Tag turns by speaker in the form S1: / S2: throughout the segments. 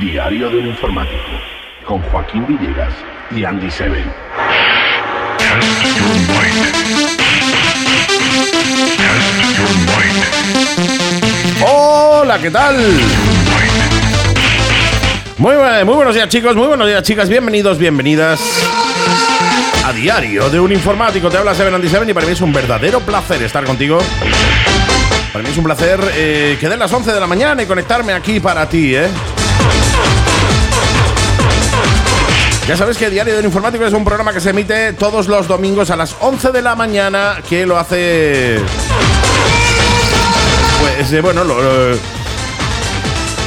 S1: Diario de un informático con Joaquín Villegas y Andy Seven.
S2: Test your mind. Test your mind.
S3: Hola, ¿qué tal? Muy, bu- muy buenos días chicos, muy buenos días chicas, bienvenidos, bienvenidas a Diario de un Informático. Te habla Seven Andy Seven y para mí es un verdadero placer estar contigo. Para mí es un placer eh, que den las 11 de la mañana y conectarme aquí para ti, ¿eh? Ya sabes que Diario del Informático es un programa que se emite todos los domingos a las 11 de la mañana, que lo hace... Pues, eh, bueno, lo- lo-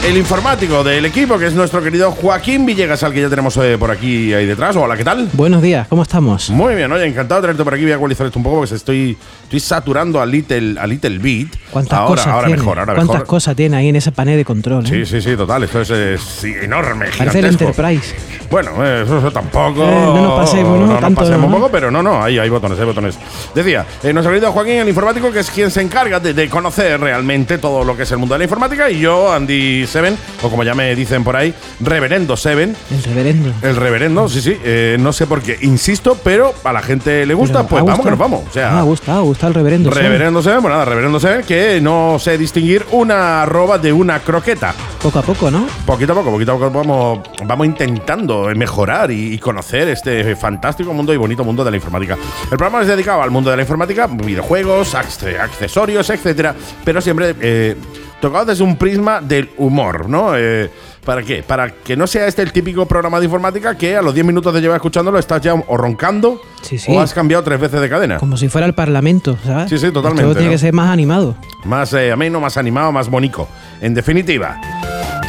S3: el informático del equipo, que es nuestro querido Joaquín Villegas, al que ya tenemos eh, por aquí ahí detrás. Hola, ¿qué tal?
S4: Buenos días, ¿cómo estamos?
S3: Muy bien, oye, encantado de tenerte por aquí. Voy a actualizar esto un poco porque estoy, estoy saturando a Little, a little Bit.
S4: ¿Cuántas
S3: ahora,
S4: cosas
S3: ahora
S4: tiene?
S3: mejor, ahora
S4: ¿Cuántas
S3: mejor.
S4: cosas tiene ahí en ese panel de control?
S3: Sí,
S4: eh?
S3: sí, sí, total. Esto es, eh, sí, enorme,
S4: Parece el
S3: gigantesco.
S4: Enterprise.
S3: Bueno, eh, eso, eso tampoco.
S4: Eh, no nos pasemos, ¿no?
S3: nos
S4: Tanto,
S3: pasemos
S4: ¿no?
S3: un poco, pero no, no, ahí hay botones, hay botones. Decía, eh, nuestro querido Joaquín, el informático, que es quien se encarga de, de conocer realmente todo lo que es el mundo de la informática, y yo, Andy Seven, o como ya me dicen por ahí, Reverendo Seven.
S4: El reverendo.
S3: El reverendo, sí, sí, eh, no sé por qué, insisto, pero a la gente le gusta,
S4: Pero,
S3: pues
S4: ¿ha
S3: vamos que
S4: gustado?
S3: nos vamos. O sea,
S4: Ah, gusta, gusta el reverendo. sí.
S3: reverendo Seven, bueno, nada, reverendo Seven, que no sé distinguir una arroba de una croqueta.
S4: Poco a poco, ¿no?
S3: Poquito a poco, poquito a poco vamos, vamos intentando mejorar y, y conocer este fantástico mundo y bonito mundo de la informática. El programa es dedicado al mundo de la informática, videojuegos, acce- accesorios, etcétera, pero siempre eh, tocado desde un prisma del humor, ¿no? Eh, ¿Para qué? Para que no sea este el típico programa de informática que a los 10 minutos de llevar escuchándolo estás ya o roncando
S4: Sí, sí.
S3: o has cambiado tres veces de cadena.
S4: Como si fuera el Parlamento, ¿sabes?
S3: Sí, sí, totalmente,
S4: Todo tiene
S3: ¿no?
S4: que ser más animado.
S3: Más eh, ameno, más animado, más bonito. En definitiva,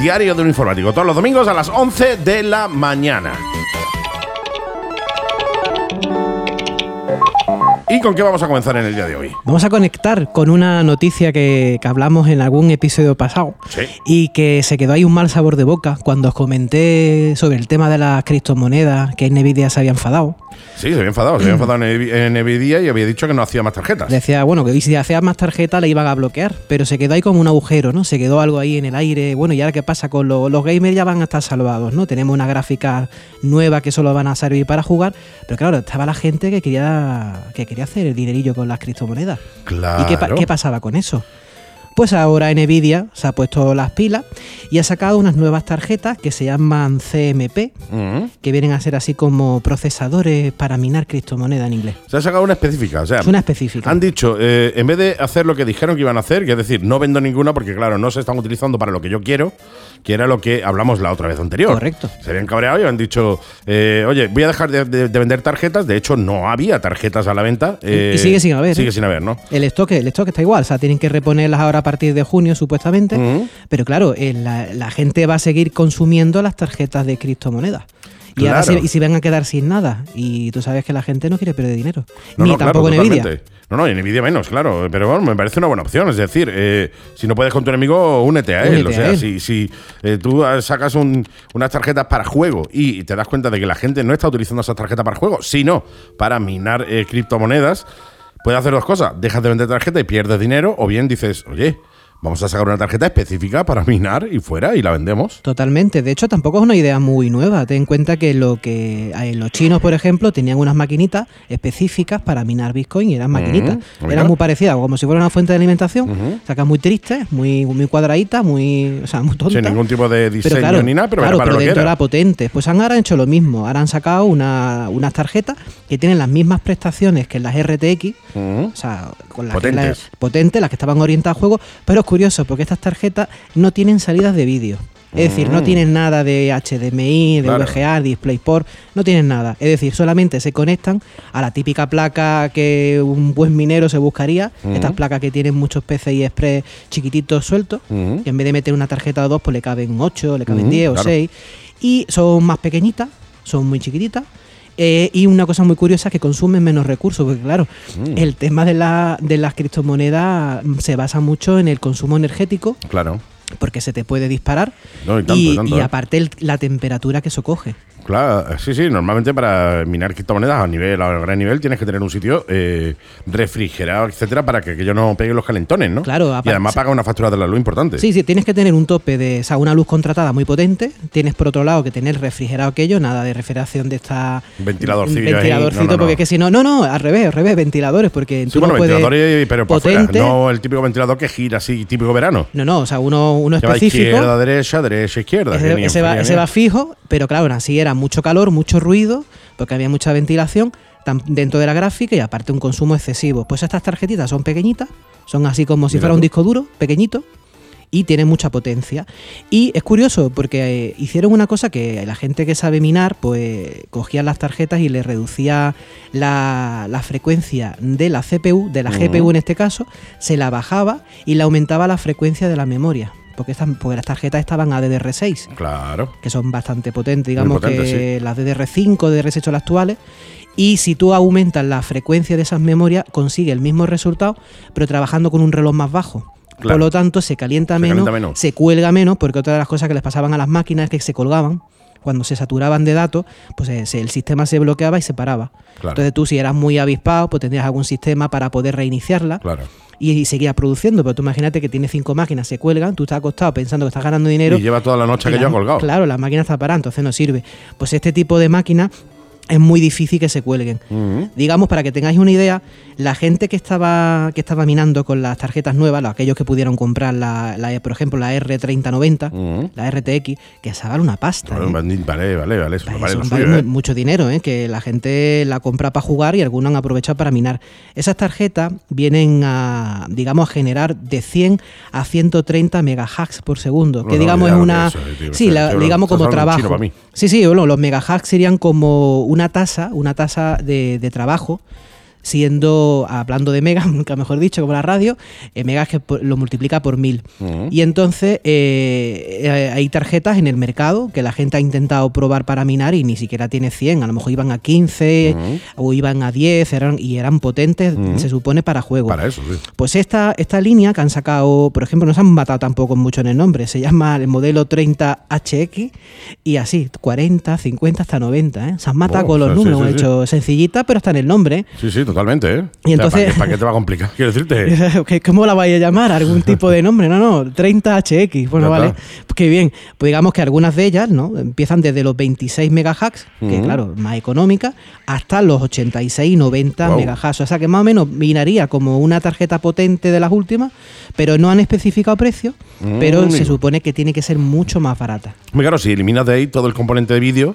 S3: Diario de un Informático, todos los domingos a las 11 de la mañana. ¿Y con qué vamos a comenzar en el día de hoy?
S4: Vamos a conectar con una noticia que, que hablamos en algún episodio pasado
S3: Sí.
S4: y que se quedó ahí un mal sabor de boca cuando os comenté sobre el tema de las criptomonedas que Nvidia se había enfadado.
S3: Sí, se había enfadado, se había enfadado en Evi- en Nvidia y había dicho que no hacía más tarjetas.
S4: Decía, bueno, que si hacías más tarjeta le iban a bloquear, pero se quedó ahí como un agujero, ¿no? Se quedó algo ahí en el aire. Bueno, ¿y ahora qué pasa con los, los gamers? Ya van a estar salvados, ¿no? Tenemos una gráfica nueva que solo van a servir para jugar, pero claro, estaba la gente que quería, que quería hacer el dinerillo con las criptomonedas.
S3: Claro.
S4: ¿Y qué, pa- qué pasaba con eso? Pues ahora Nvidia se ha puesto las pilas y ha sacado unas nuevas tarjetas que se llaman CMP,
S3: Mm.
S4: que vienen a ser así como procesadores para minar criptomonedas en inglés.
S3: Se ha sacado una específica, o sea,
S4: Es una específica.
S3: han dicho, eh, en vez de hacer lo que dijeron que iban a hacer, que es decir, no vendo ninguna porque, claro, no se están utilizando para lo que yo quiero, que era lo que hablamos la otra vez anterior.
S4: Correcto.
S3: Se habían cabreado y han dicho, eh, oye, voy a dejar de, de- de vender tarjetas. De hecho, no había tarjetas a la venta. eh,
S4: y sigue sin haber,
S3: Sigue
S4: ¿eh?
S3: sin haber, ¿no?
S4: El stock, el stock está igual, o sea, tienen que reponerlas ahora a partir de junio, supuestamente.
S3: Ujú.
S4: Pero claro, eh, la, la gente va a seguir consumiendo las tarjetas de criptomonedas. Y, ahora
S3: Claro.
S4: se- y se van a quedar sin nada. Y tú sabes que la gente no quiere perder dinero.
S3: No,
S4: Ni
S3: no, claro,
S4: tampoco Nvidia.
S3: totalmente. No, no, y Nvidia menos, claro. Pero bueno, me parece una buena opción. Es decir, eh, si no puedes con tu enemigo, únete a él.
S4: Únete
S3: o
S4: a
S3: sea,
S4: él.
S3: si, si eh, tú sacas un- unas tarjetas para juego y te das cuenta de que la gente no está utilizando esas tarjetas para juego, sino para minar eh, criptomonedas, puedes hacer dos cosas. Dejas de vender tarjeta y pierdes dinero, o bien dices, oye, vamos a sacar una tarjeta específica para minar y fuera y la vendemos.
S4: Totalmente. De hecho, tampoco es una idea muy nueva. Ten en cuenta que lo que eh, los chinos, por ejemplo, tenían unas maquinitas específicas para minar Bitcoin y eran maquinitas.
S3: mira.
S4: Eran muy parecidas, como si fuera una fuente de alimentación. O sea, que es muy triste, muy, muy cuadradita, muy, o sea, muy tonta.
S3: Sin ningún tipo de diseño
S4: pero claro,
S3: ni nada, pero
S4: claro,
S3: para
S4: pero
S3: lo que
S4: dentro
S3: era.
S4: era potente. Pues han ahora hecho lo mismo. Ahora han sacado una- unas tarjetas que tienen las mismas prestaciones que las RTX.
S3: Ujú.
S4: O sea, con las
S3: Potentes.
S4: que las- potentes, las que estaban orientadas a juego. Pero es curioso, porque estas tarjetas no tienen salidas de vídeo. Es decir, no tienen nada de HDMI, de
S3: Mm. Claro.
S4: VGA, DisplayPort, no tienen nada. Es decir, solamente se conectan a la típica placa que un buen minero se buscaría.
S3: Mm.
S4: Estas placas que tienen muchos PCI Express chiquititos sueltos,
S3: Ujú.
S4: que en vez de meter una tarjeta o dos, pues le caben 8, le caben
S3: Ujú,
S4: 10 o
S3: ¿Mm? claro.
S4: 6. Y son más pequeñitas, son muy chiquititas. eh, y una cosa muy curiosa es que consumen menos recursos, porque claro,
S3: Mm.
S4: el tema de, la- de las criptomonedas mm, se basa mucho en el consumo energético,
S3: Claro.
S4: porque se te puede disparar.
S3: No, y tanto, y tanto,
S4: y
S3: ¿eh?
S4: aparte el- la temperatura que eso coge.
S3: Claro, eh, sí, sí. Normalmente para minar criptomonedas a nivel, a gran nivel, tienes que tener un sitio eh, refrigerado, etcétera, para que aquello no pegue los calentones, ¿no?
S4: Claro,
S3: Y
S4: aparte-
S3: además paga una factura de la luz importante.
S4: Sí, sí, tienes que tener un tope de, o sea, una luz contratada muy potente. Tienes por otro lado que tener refrigerado aquello, nada de refrigeración de esta.
S3: Ventiladorcillo ahí,
S4: Ventiladorcito,
S3: no, no, no.
S4: porque es que si no, no, no, al revés, al revés, ventiladores, porque
S3: Sí,
S4: tú
S3: bueno,
S4: no puedes-
S3: ventiladores, pero por fuera.
S4: potente.
S3: No el típico ventilador que gira así, típico verano.
S4: No, no, o sea, uno, uno
S3: Que va
S4: específico.
S3: izquierda, derecha, derecha, izquierda. que
S4: Ese,
S3: ni
S4: ese va,
S3: enfría
S4: ese
S3: ni-
S4: va fijo, pero claro, aún así era mucho calor, mucho ruido, porque había mucha ventilación tam- dentro de la gráfica y aparte un consumo excesivo. Pues estas tarjetitas son pequeñitas, son así como si
S3: Mira
S4: fuera un
S3: tú.
S4: disco duro, pequeñito, y tienen mucha potencia. Y es curioso, porque eh, hicieron una cosa que la gente que sabe minar, pues cogían las tarjetas y le reducía la, la frecuencia de la CPU, de la
S3: Ujú.
S4: GPU en este caso, se la bajaba y le aumentaba la frecuencia de la memoria. Porque, estas, porque las tarjetas estaban a DDR6
S3: Claro.
S4: que son bastante potentes, digamos
S3: potentes,
S4: que las DDR5, DDR6 son las actuales. Y si tú aumentas la frecuencia de esas memorias, consigue el mismo resultado, pero trabajando con un reloj más bajo.
S3: Claro.
S4: Por lo tanto, se calienta,
S3: Se
S4: menos,
S3: calienta menos.
S4: se cuelga menos, porque otra de las cosas que les pasaban a las máquinas es que se colgaban. Cuando se saturaban de datos, pues eh, se- el sistema se bloqueaba y se paraba.
S3: Claro.
S4: Entonces tú, si eras muy avispado, pues tendrías algún sistema para poder reiniciarla
S3: Claro.
S4: y, y seguías produciendo. Pero tú imagínate que tienes cinco máquinas, se cuelgan, tú estás acostado pensando que estás ganando dinero
S3: y lleva toda la noche
S4: y
S3: que yo
S4: la-
S3: colgado.
S4: Claro, la máquina está parada, entonces no sirve. Pues este tipo de máquina es muy difícil que se cuelguen.
S3: Ujú.
S4: Digamos, para que tengáis una idea, la gente que estaba, que estaba minando con las tarjetas nuevas, los- aquellos que pudieron comprar, la, la- por ejemplo, la R3090,
S3: Ujú.
S4: la RTX, que se vale una pasta. ¿eh?
S3: mm. Vale, vale, vale, vale, eso
S4: Vale,
S3: vale
S4: eso
S3: lo
S4: vale
S3: suyo,
S4: mu-
S3: ¿eh?
S4: mucho dinero, ¿eh? que la gente la compra para jugar y algunos han aprovechado para minar. Esas tarjetas vienen a, digamos, a generar de 100 a 130 megahacks por segundo,
S3: No,
S4: que
S3: no,
S4: digamos es
S3: olvidado
S4: una...
S3: de eso, eh, tío,
S4: sí,
S3: o sea,
S4: la-
S3: tío,
S4: digamos
S3: estás hablando
S4: como
S3: en
S4: trabajo.
S3: chino para mí.
S4: Sí, sí, bueno, los megahacks serían como una tasa, una tasa de, de trabajo, siendo, hablando de megas, nunca mejor dicho, como la radio, eh, megas que por- lo multiplica por mil.
S3: Ujú.
S4: Y entonces eh, eh, hay tarjetas en el mercado que la gente ha intentado probar para minar y ni siquiera tiene 100, a lo mejor iban a 15 o iban a 10 eran, y eran potentes,
S3: Ujú.
S4: se supone, para juegos.
S3: Para eso, sí.
S4: Pues esta, esta línea que han sacado, por ejemplo, no se han matado tampoco mucho en el nombre, se llama el modelo 30HX y así, 40, 50 hasta 90, ¿eh? Se han matado
S3: Bueno,
S4: con los
S3: Oh, o sea, sí,
S4: números,
S3: sí,
S4: han
S3: sí.
S4: hecho sencillita, pero está en el nombre.
S3: Sí, sí, totalmente, ¿eh? O
S4: Y
S3: sea, ¿para
S4: entonces-
S3: qué- ¿Para qué te va a complicar? Quiero decirte.
S4: ¿Qué- ¿Cómo la vais a llamar? ¿Algún tipo de nombre? No, no, 30HX. Bueno,
S3: Ya está.
S4: vale. Pues qué bien. Pues digamos que algunas de ellas, ¿no? Empiezan desde los 26 megahacks, que
S3: Ujú.
S4: claro, más económica, hasta los 86 y 90
S3: Wow.
S4: megahacks. O sea que más o menos minaría como una tarjeta potente de las últimas, pero no han especificado precio,
S3: Mm,
S4: pero se
S3: amigo.
S4: supone que tiene que ser mucho más barata.
S3: Muy claro, si eliminas de ahí todo el componente de vídeo,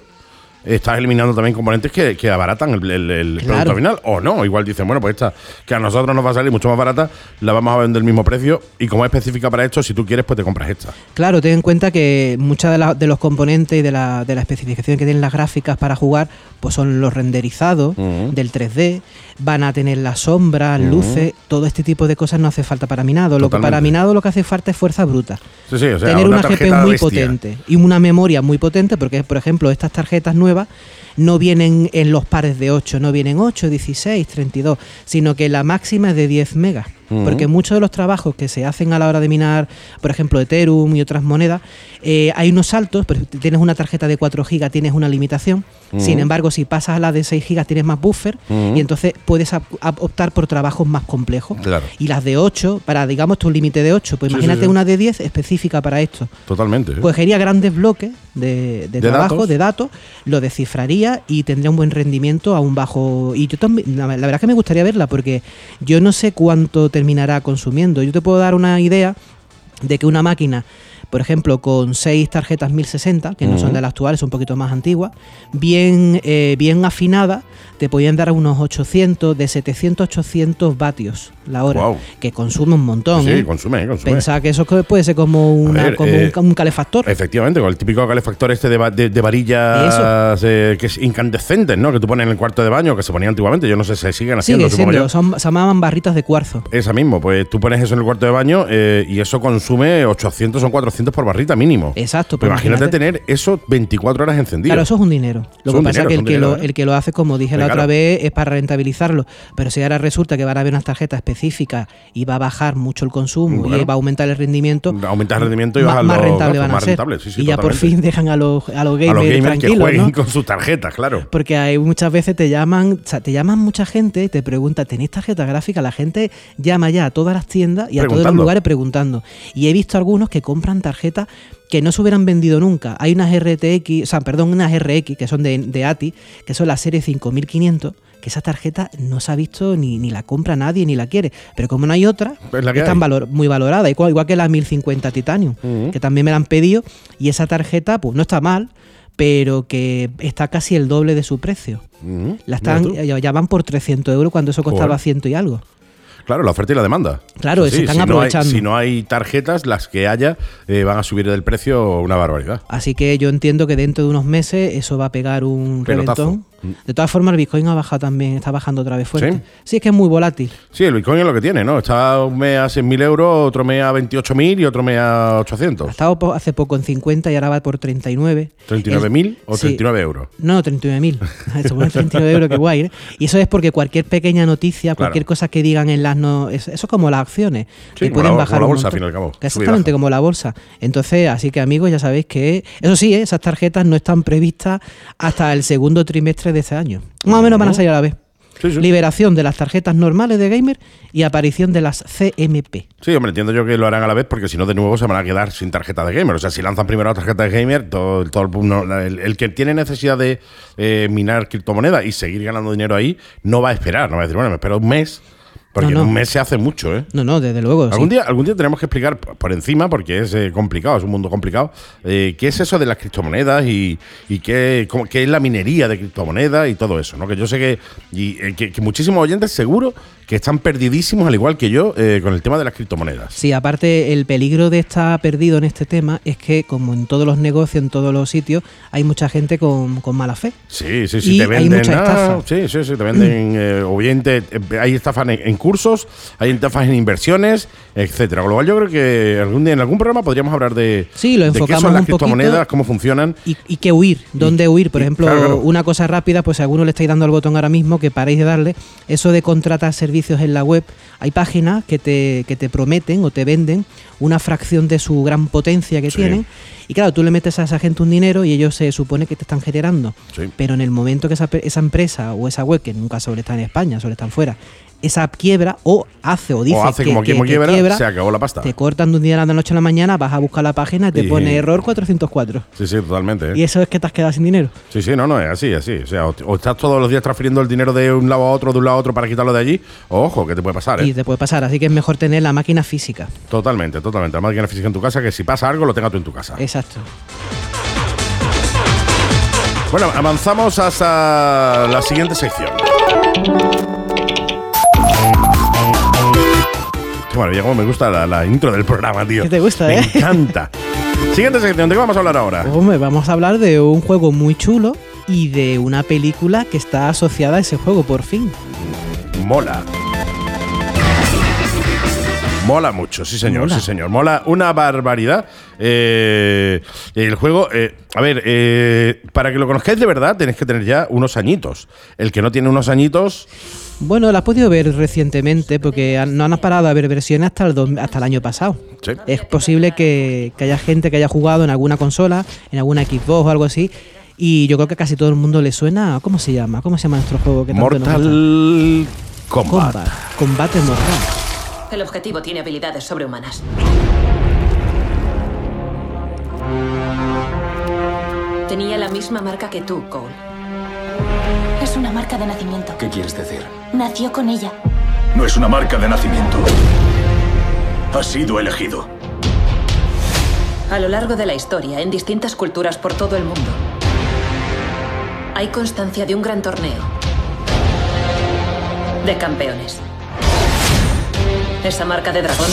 S3: estás eliminando también componentes que, que abaratan el, el- el
S4: Claro.
S3: producto final. O no, igual dicen, bueno, pues esta, que a nosotros nos va a salir mucho más barata, la vamos a vender el mismo precio. Y como es específica para esto, si tú quieres, pues te compras esta.
S4: Claro, ten en cuenta que muchos de, la- de los componentes y de la, de la especificación que tienen las gráficas para jugar, pues son los renderizados
S3: Ujú.
S4: del 3D, van a tener las sombras, luces, todo este tipo de cosas no hace falta para minado. Lo que para
S3: Totalmente.
S4: minado lo que hace falta es fuerza bruta.
S3: Sí, sí, o sea,
S4: tener una, GPU
S3: tarjeta
S4: muy
S3: bestia.
S4: potente y una memoria muy potente, porque por ejemplo estas tarjetas nuevas no vienen en los pares de 8, no vienen 8, 16, 32, sino que la máxima es de 10 megas.
S3: Ujú.
S4: Porque muchos de los trabajos que se hacen a la hora de minar, por ejemplo, Ethereum y otras monedas, eh, hay unos saltos, pero si tienes una tarjeta de 4 gigas, tienes una limitación. Sin embargo, si pasas a la de 6 gigas, tienes más buffer
S3: Ujú.
S4: y entonces puedes ap- ap- optar por trabajos más complejos.
S3: Claro.
S4: Y las de 8, para, digamos, tu límite de 8, pues
S3: Sí, sí,
S4: imagínate
S3: sí.
S4: una de 10 específica para esto.
S3: Totalmente. ¿eh?
S4: Pues cogería grandes bloques de,
S3: De
S4: de trabajo,
S3: datos.
S4: de datos, lo descifraría y tendría un buen rendimiento a un bajo. Y yo también, la, la verdad es que me gustaría verla porque yo no sé cuánto terminará consumiendo. Yo te puedo dar una idea de que una máquina, por ejemplo, con seis tarjetas 1060, que no son
S3: Ujú.
S4: de las actuales, son un poquito más antiguas, bien, eh, bien afinada, te podían dar unos 800, de 700 a 800 vatios la hora,
S3: Guau.
S4: que consume un montón.
S3: sí,
S4: ¿eh?
S3: consume, consume.
S4: Pensaba que eso co- puede ser como, una-
S3: ver,
S4: como
S3: eh,
S4: un, un calefactor.
S3: Efectivamente, con el típico calefactor este de, va- de- de varillas eh, que es incandescentes, ¿no? Que tú pones en el cuarto de baño, que se ponía antiguamente. Yo no sé si siguen haciendo,
S4: Sigue
S3: supongo
S4: siendo,
S3: yo.
S4: son, se llamaban barritas de cuarzo.
S3: Esa mismo, pues tú pones eso en el cuarto de baño eh, y eso consume 800 o 400 por barrita mínimo.
S4: Exacto,
S3: Pues
S4: pues
S3: imagínate,
S4: imagínate.
S3: tener eso 24 horas encendido.
S4: Claro, eso es un dinero. Lo
S3: Es
S4: que
S3: un
S4: pasa
S3: dinero,
S4: es
S3: es
S4: que el
S3: un
S4: que,
S3: dinero,
S4: lo,
S3: ¿eh?
S4: el que lo hace, como dije
S3: El
S4: la otra
S3: claro.
S4: vez es para rentabilizarlo. Pero si ahora resulta que van a haber unas tarjetas específicas y va a bajar mucho el consumo
S3: Claro.
S4: y va a aumentar el rendimiento,
S3: Aumenta el rendimiento y
S4: más,
S3: baja
S4: más
S3: los
S4: rentable
S3: gastos,
S4: van a
S3: más
S4: ser.
S3: rentable, sí, sí,
S4: y ya por
S3: totalmente.
S4: fin dejan a los, a los gamers,
S3: a los gamers que
S4: tranquilos,
S3: jueguen
S4: ¿no?
S3: con sus tarjetas, claro.
S4: Porque hay muchas veces te llaman, o sea, te llaman mucha gente, te pregunta, ¿tenéis tarjeta gráfica? La gente llama ya a todas las tiendas y a todos los
S3: Preguntando.
S4: lugares preguntando. Y he visto algunos que compran tarjetas que no se hubieran vendido nunca. Hay unas RTX, o sea, perdón, unas RX que son de, de ATI, que son la serie 5500, que esa tarjeta no se ha visto ni, ni la compra nadie ni la quiere. Pero como no hay otra,
S3: Es la que
S4: están
S3: hay.
S4: valor- muy valorada, igual, igual que la 1050 Titanium, que también me la han pedido. Y esa tarjeta, pues no está mal, pero que está casi el doble de su precio.
S3: Mm,
S4: La
S3: mira
S4: están, eh,
S3: tú.
S4: ya, ya van por 300 euros cuando eso costaba
S3: Joder.
S4: ciento y algo.
S3: Claro, la oferta y la demanda.
S4: Claro, se
S3: si
S4: están
S3: no hay-
S4: aprovechando.
S3: si no hay tarjetas, las que haya eh, van a subir del precio una barbaridad.
S4: Así que yo entiendo que dentro de unos meses eso va a pegar un
S3: Pelotazo. Mm.
S4: reventón. De todas formas, el Bitcoin ha bajado también, está bajando otra vez fuerte.
S3: Sí.
S4: Sí, es que es muy volátil.
S3: Sí, el Bitcoin es lo que tiene, ¿no? Está un mes a 6.000 euros, otro mes a 28.000 y otro mes a
S4: Ha
S3: 800.
S4: estado po- hace poco en 50 y ahora va por 39.
S3: 39.000
S4: El-
S3: o
S4: sí.
S3: 39 euros.
S4: No, 39.000. Se pone 39 euros, qué guay. ¿eh? Y eso es porque cualquier pequeña noticia, cualquier
S3: Claro.
S4: cosa que digan en las. No, es- eso es como las acciones.
S3: Sí,
S4: que
S3: como la-
S4: pueden bajar
S3: como la
S4: un
S3: bolsa, al
S4: montón.
S3: fin y al cabo.
S4: Que Exactamente,
S3: Sube y baja.
S4: como la bolsa. Entonces, así que amigos, ya sabéis que. Eso sí, ¿eh? esas tarjetas no están previstas hasta el segundo trimestre de este año. Más o menos van a salir a la vez.
S3: Sí, sí.
S4: Liberación de las tarjetas normales de gamer y aparición de las CMP.
S3: Sí, hombre, entiendo yo que lo harán a la vez porque si no, de nuevo se van a quedar sin tarjeta de gamer. O sea, si lanzan primero la tarjeta de gamer, todo, todo el, mundo- el, el que tiene necesidad de eh, minar criptomonedas y seguir ganando dinero ahí, no va a esperar. No va a decir, bueno, me espero un mes. Porque
S4: No, no.
S3: en un mes se hace mucho, ¿eh?
S4: No, no, desde luego.
S3: Algún
S4: Pues sí.
S3: día, algún día tenemos que explicar p- por encima, porque es eh, complicado, es un mundo complicado, eh, qué es eso de las criptomonedas y, y qué, cómo- qué es la minería de criptomonedas y todo eso, ¿no? Que yo sé que, y, eh, que, que muchísimos oyentes seguro que están perdidísimos, al igual que yo, eh, con el tema de las criptomonedas.
S4: Sí, aparte el peligro de estar perdido en este tema es que, como en todos los negocios, en todos los sitios, hay mucha gente con, con mala fe.
S3: Sí, sí, sí,
S4: Y
S3: te
S4: hay
S3: venden. ah,
S4: mucha estafa. Mm.
S3: sí, sí, sí, te venden eh, oyentes, eh, hay estafas en, en cursos, hay estafas en inversiones, etcétera. Con lo cual yo creo que algún día en algún programa podríamos hablar de,
S4: Sí, lo
S3: de qué
S4: enfocamos
S3: son las
S4: un poquito.
S3: criptomonedas, cómo funcionan.
S4: Y, y que huir, dónde huir. Por
S3: y-
S4: ejemplo,
S3: claro, claro.
S4: una cosa rápida, pues si a alguno le estáis dando al botón ahora mismo, que paréis de darle, eso de contratar servicios en la web, hay páginas que te, que te prometen o te venden una fracción de su gran potencia que
S3: Sí.
S4: tienen. Y claro, tú le metes a esa gente un dinero y ellos se supone que te están generando.
S3: Sí.
S4: Pero en el momento que esa, pe- esa empresa o esa web, que nunca solo está en España, solo están fuera, esa quiebra o hace o dice
S3: o hace
S4: que,
S3: como
S4: que-
S3: quien no
S4: que
S3: quiebra, se acabó la pasta.
S4: te cortan de un día a la noche a la mañana, vas a buscar la página y te
S3: Y-
S4: pone error 404.
S3: Sí, sí, totalmente. ¿eh?
S4: Y eso es que te has quedado sin dinero.
S3: Sí, sí, no, no, es así, así. O sea, o, o estás todos los días transfiriendo el dinero de un lado a otro, de un lado a otro para quitarlo de allí. o, Ojo, que te puede pasar, ¿eh?
S4: Y te puede pasar, así que es mejor tener la máquina física.
S3: Totalmente, totalmente. La máquina física en tu casa, que si pasa algo, lo tengas tú en tu casa.
S4: Exacto.
S3: Bueno, avanzamos hasta la siguiente sección. Qué maravilla, cómo me gusta la, la intro del programa, tío.
S4: Que te gusta,
S3: me
S4: ¿eh?
S3: encanta. Siguiente sección, ¿de qué vamos a hablar ahora?
S4: Hombre, vamos a hablar de un juego muy chulo y de una película que está asociada a ese juego, por fin.
S3: Mola. Mola mucho, sí señor,
S4: Mola.
S3: sí señor. Mola una barbaridad. Eh, el juego, eh, a ver, eh, para que lo conozcáis de verdad tenéis que tener ya unos añitos. El que no tiene unos añitos,
S4: Bueno, la has podido ver recientemente porque han- no han parado a ver versiones hasta el, dos- hasta el año pasado.
S3: Sí.
S4: Es posible que, que haya gente que haya jugado en alguna consola, en alguna Xbox o algo así. Y yo creo que a casi todo el mundo le suena. ¿Cómo se llama? ¿Cómo se llama nuestro juego? que tanto nos gusta?
S3: Mortal Kombat.
S4: Combat. Combate mortal.
S5: El objetivo tiene habilidades sobrehumanas. Tenía la misma marca que tú, Cole.
S6: Es una marca de nacimiento.
S7: ¿Qué quieres decir?
S6: Nació con ella.
S7: No es una marca de nacimiento. Has sido elegido.
S5: A lo largo de la historia, en distintas culturas por todo el mundo, hay constancia de un gran torneo de campeones. Esa marca de dragón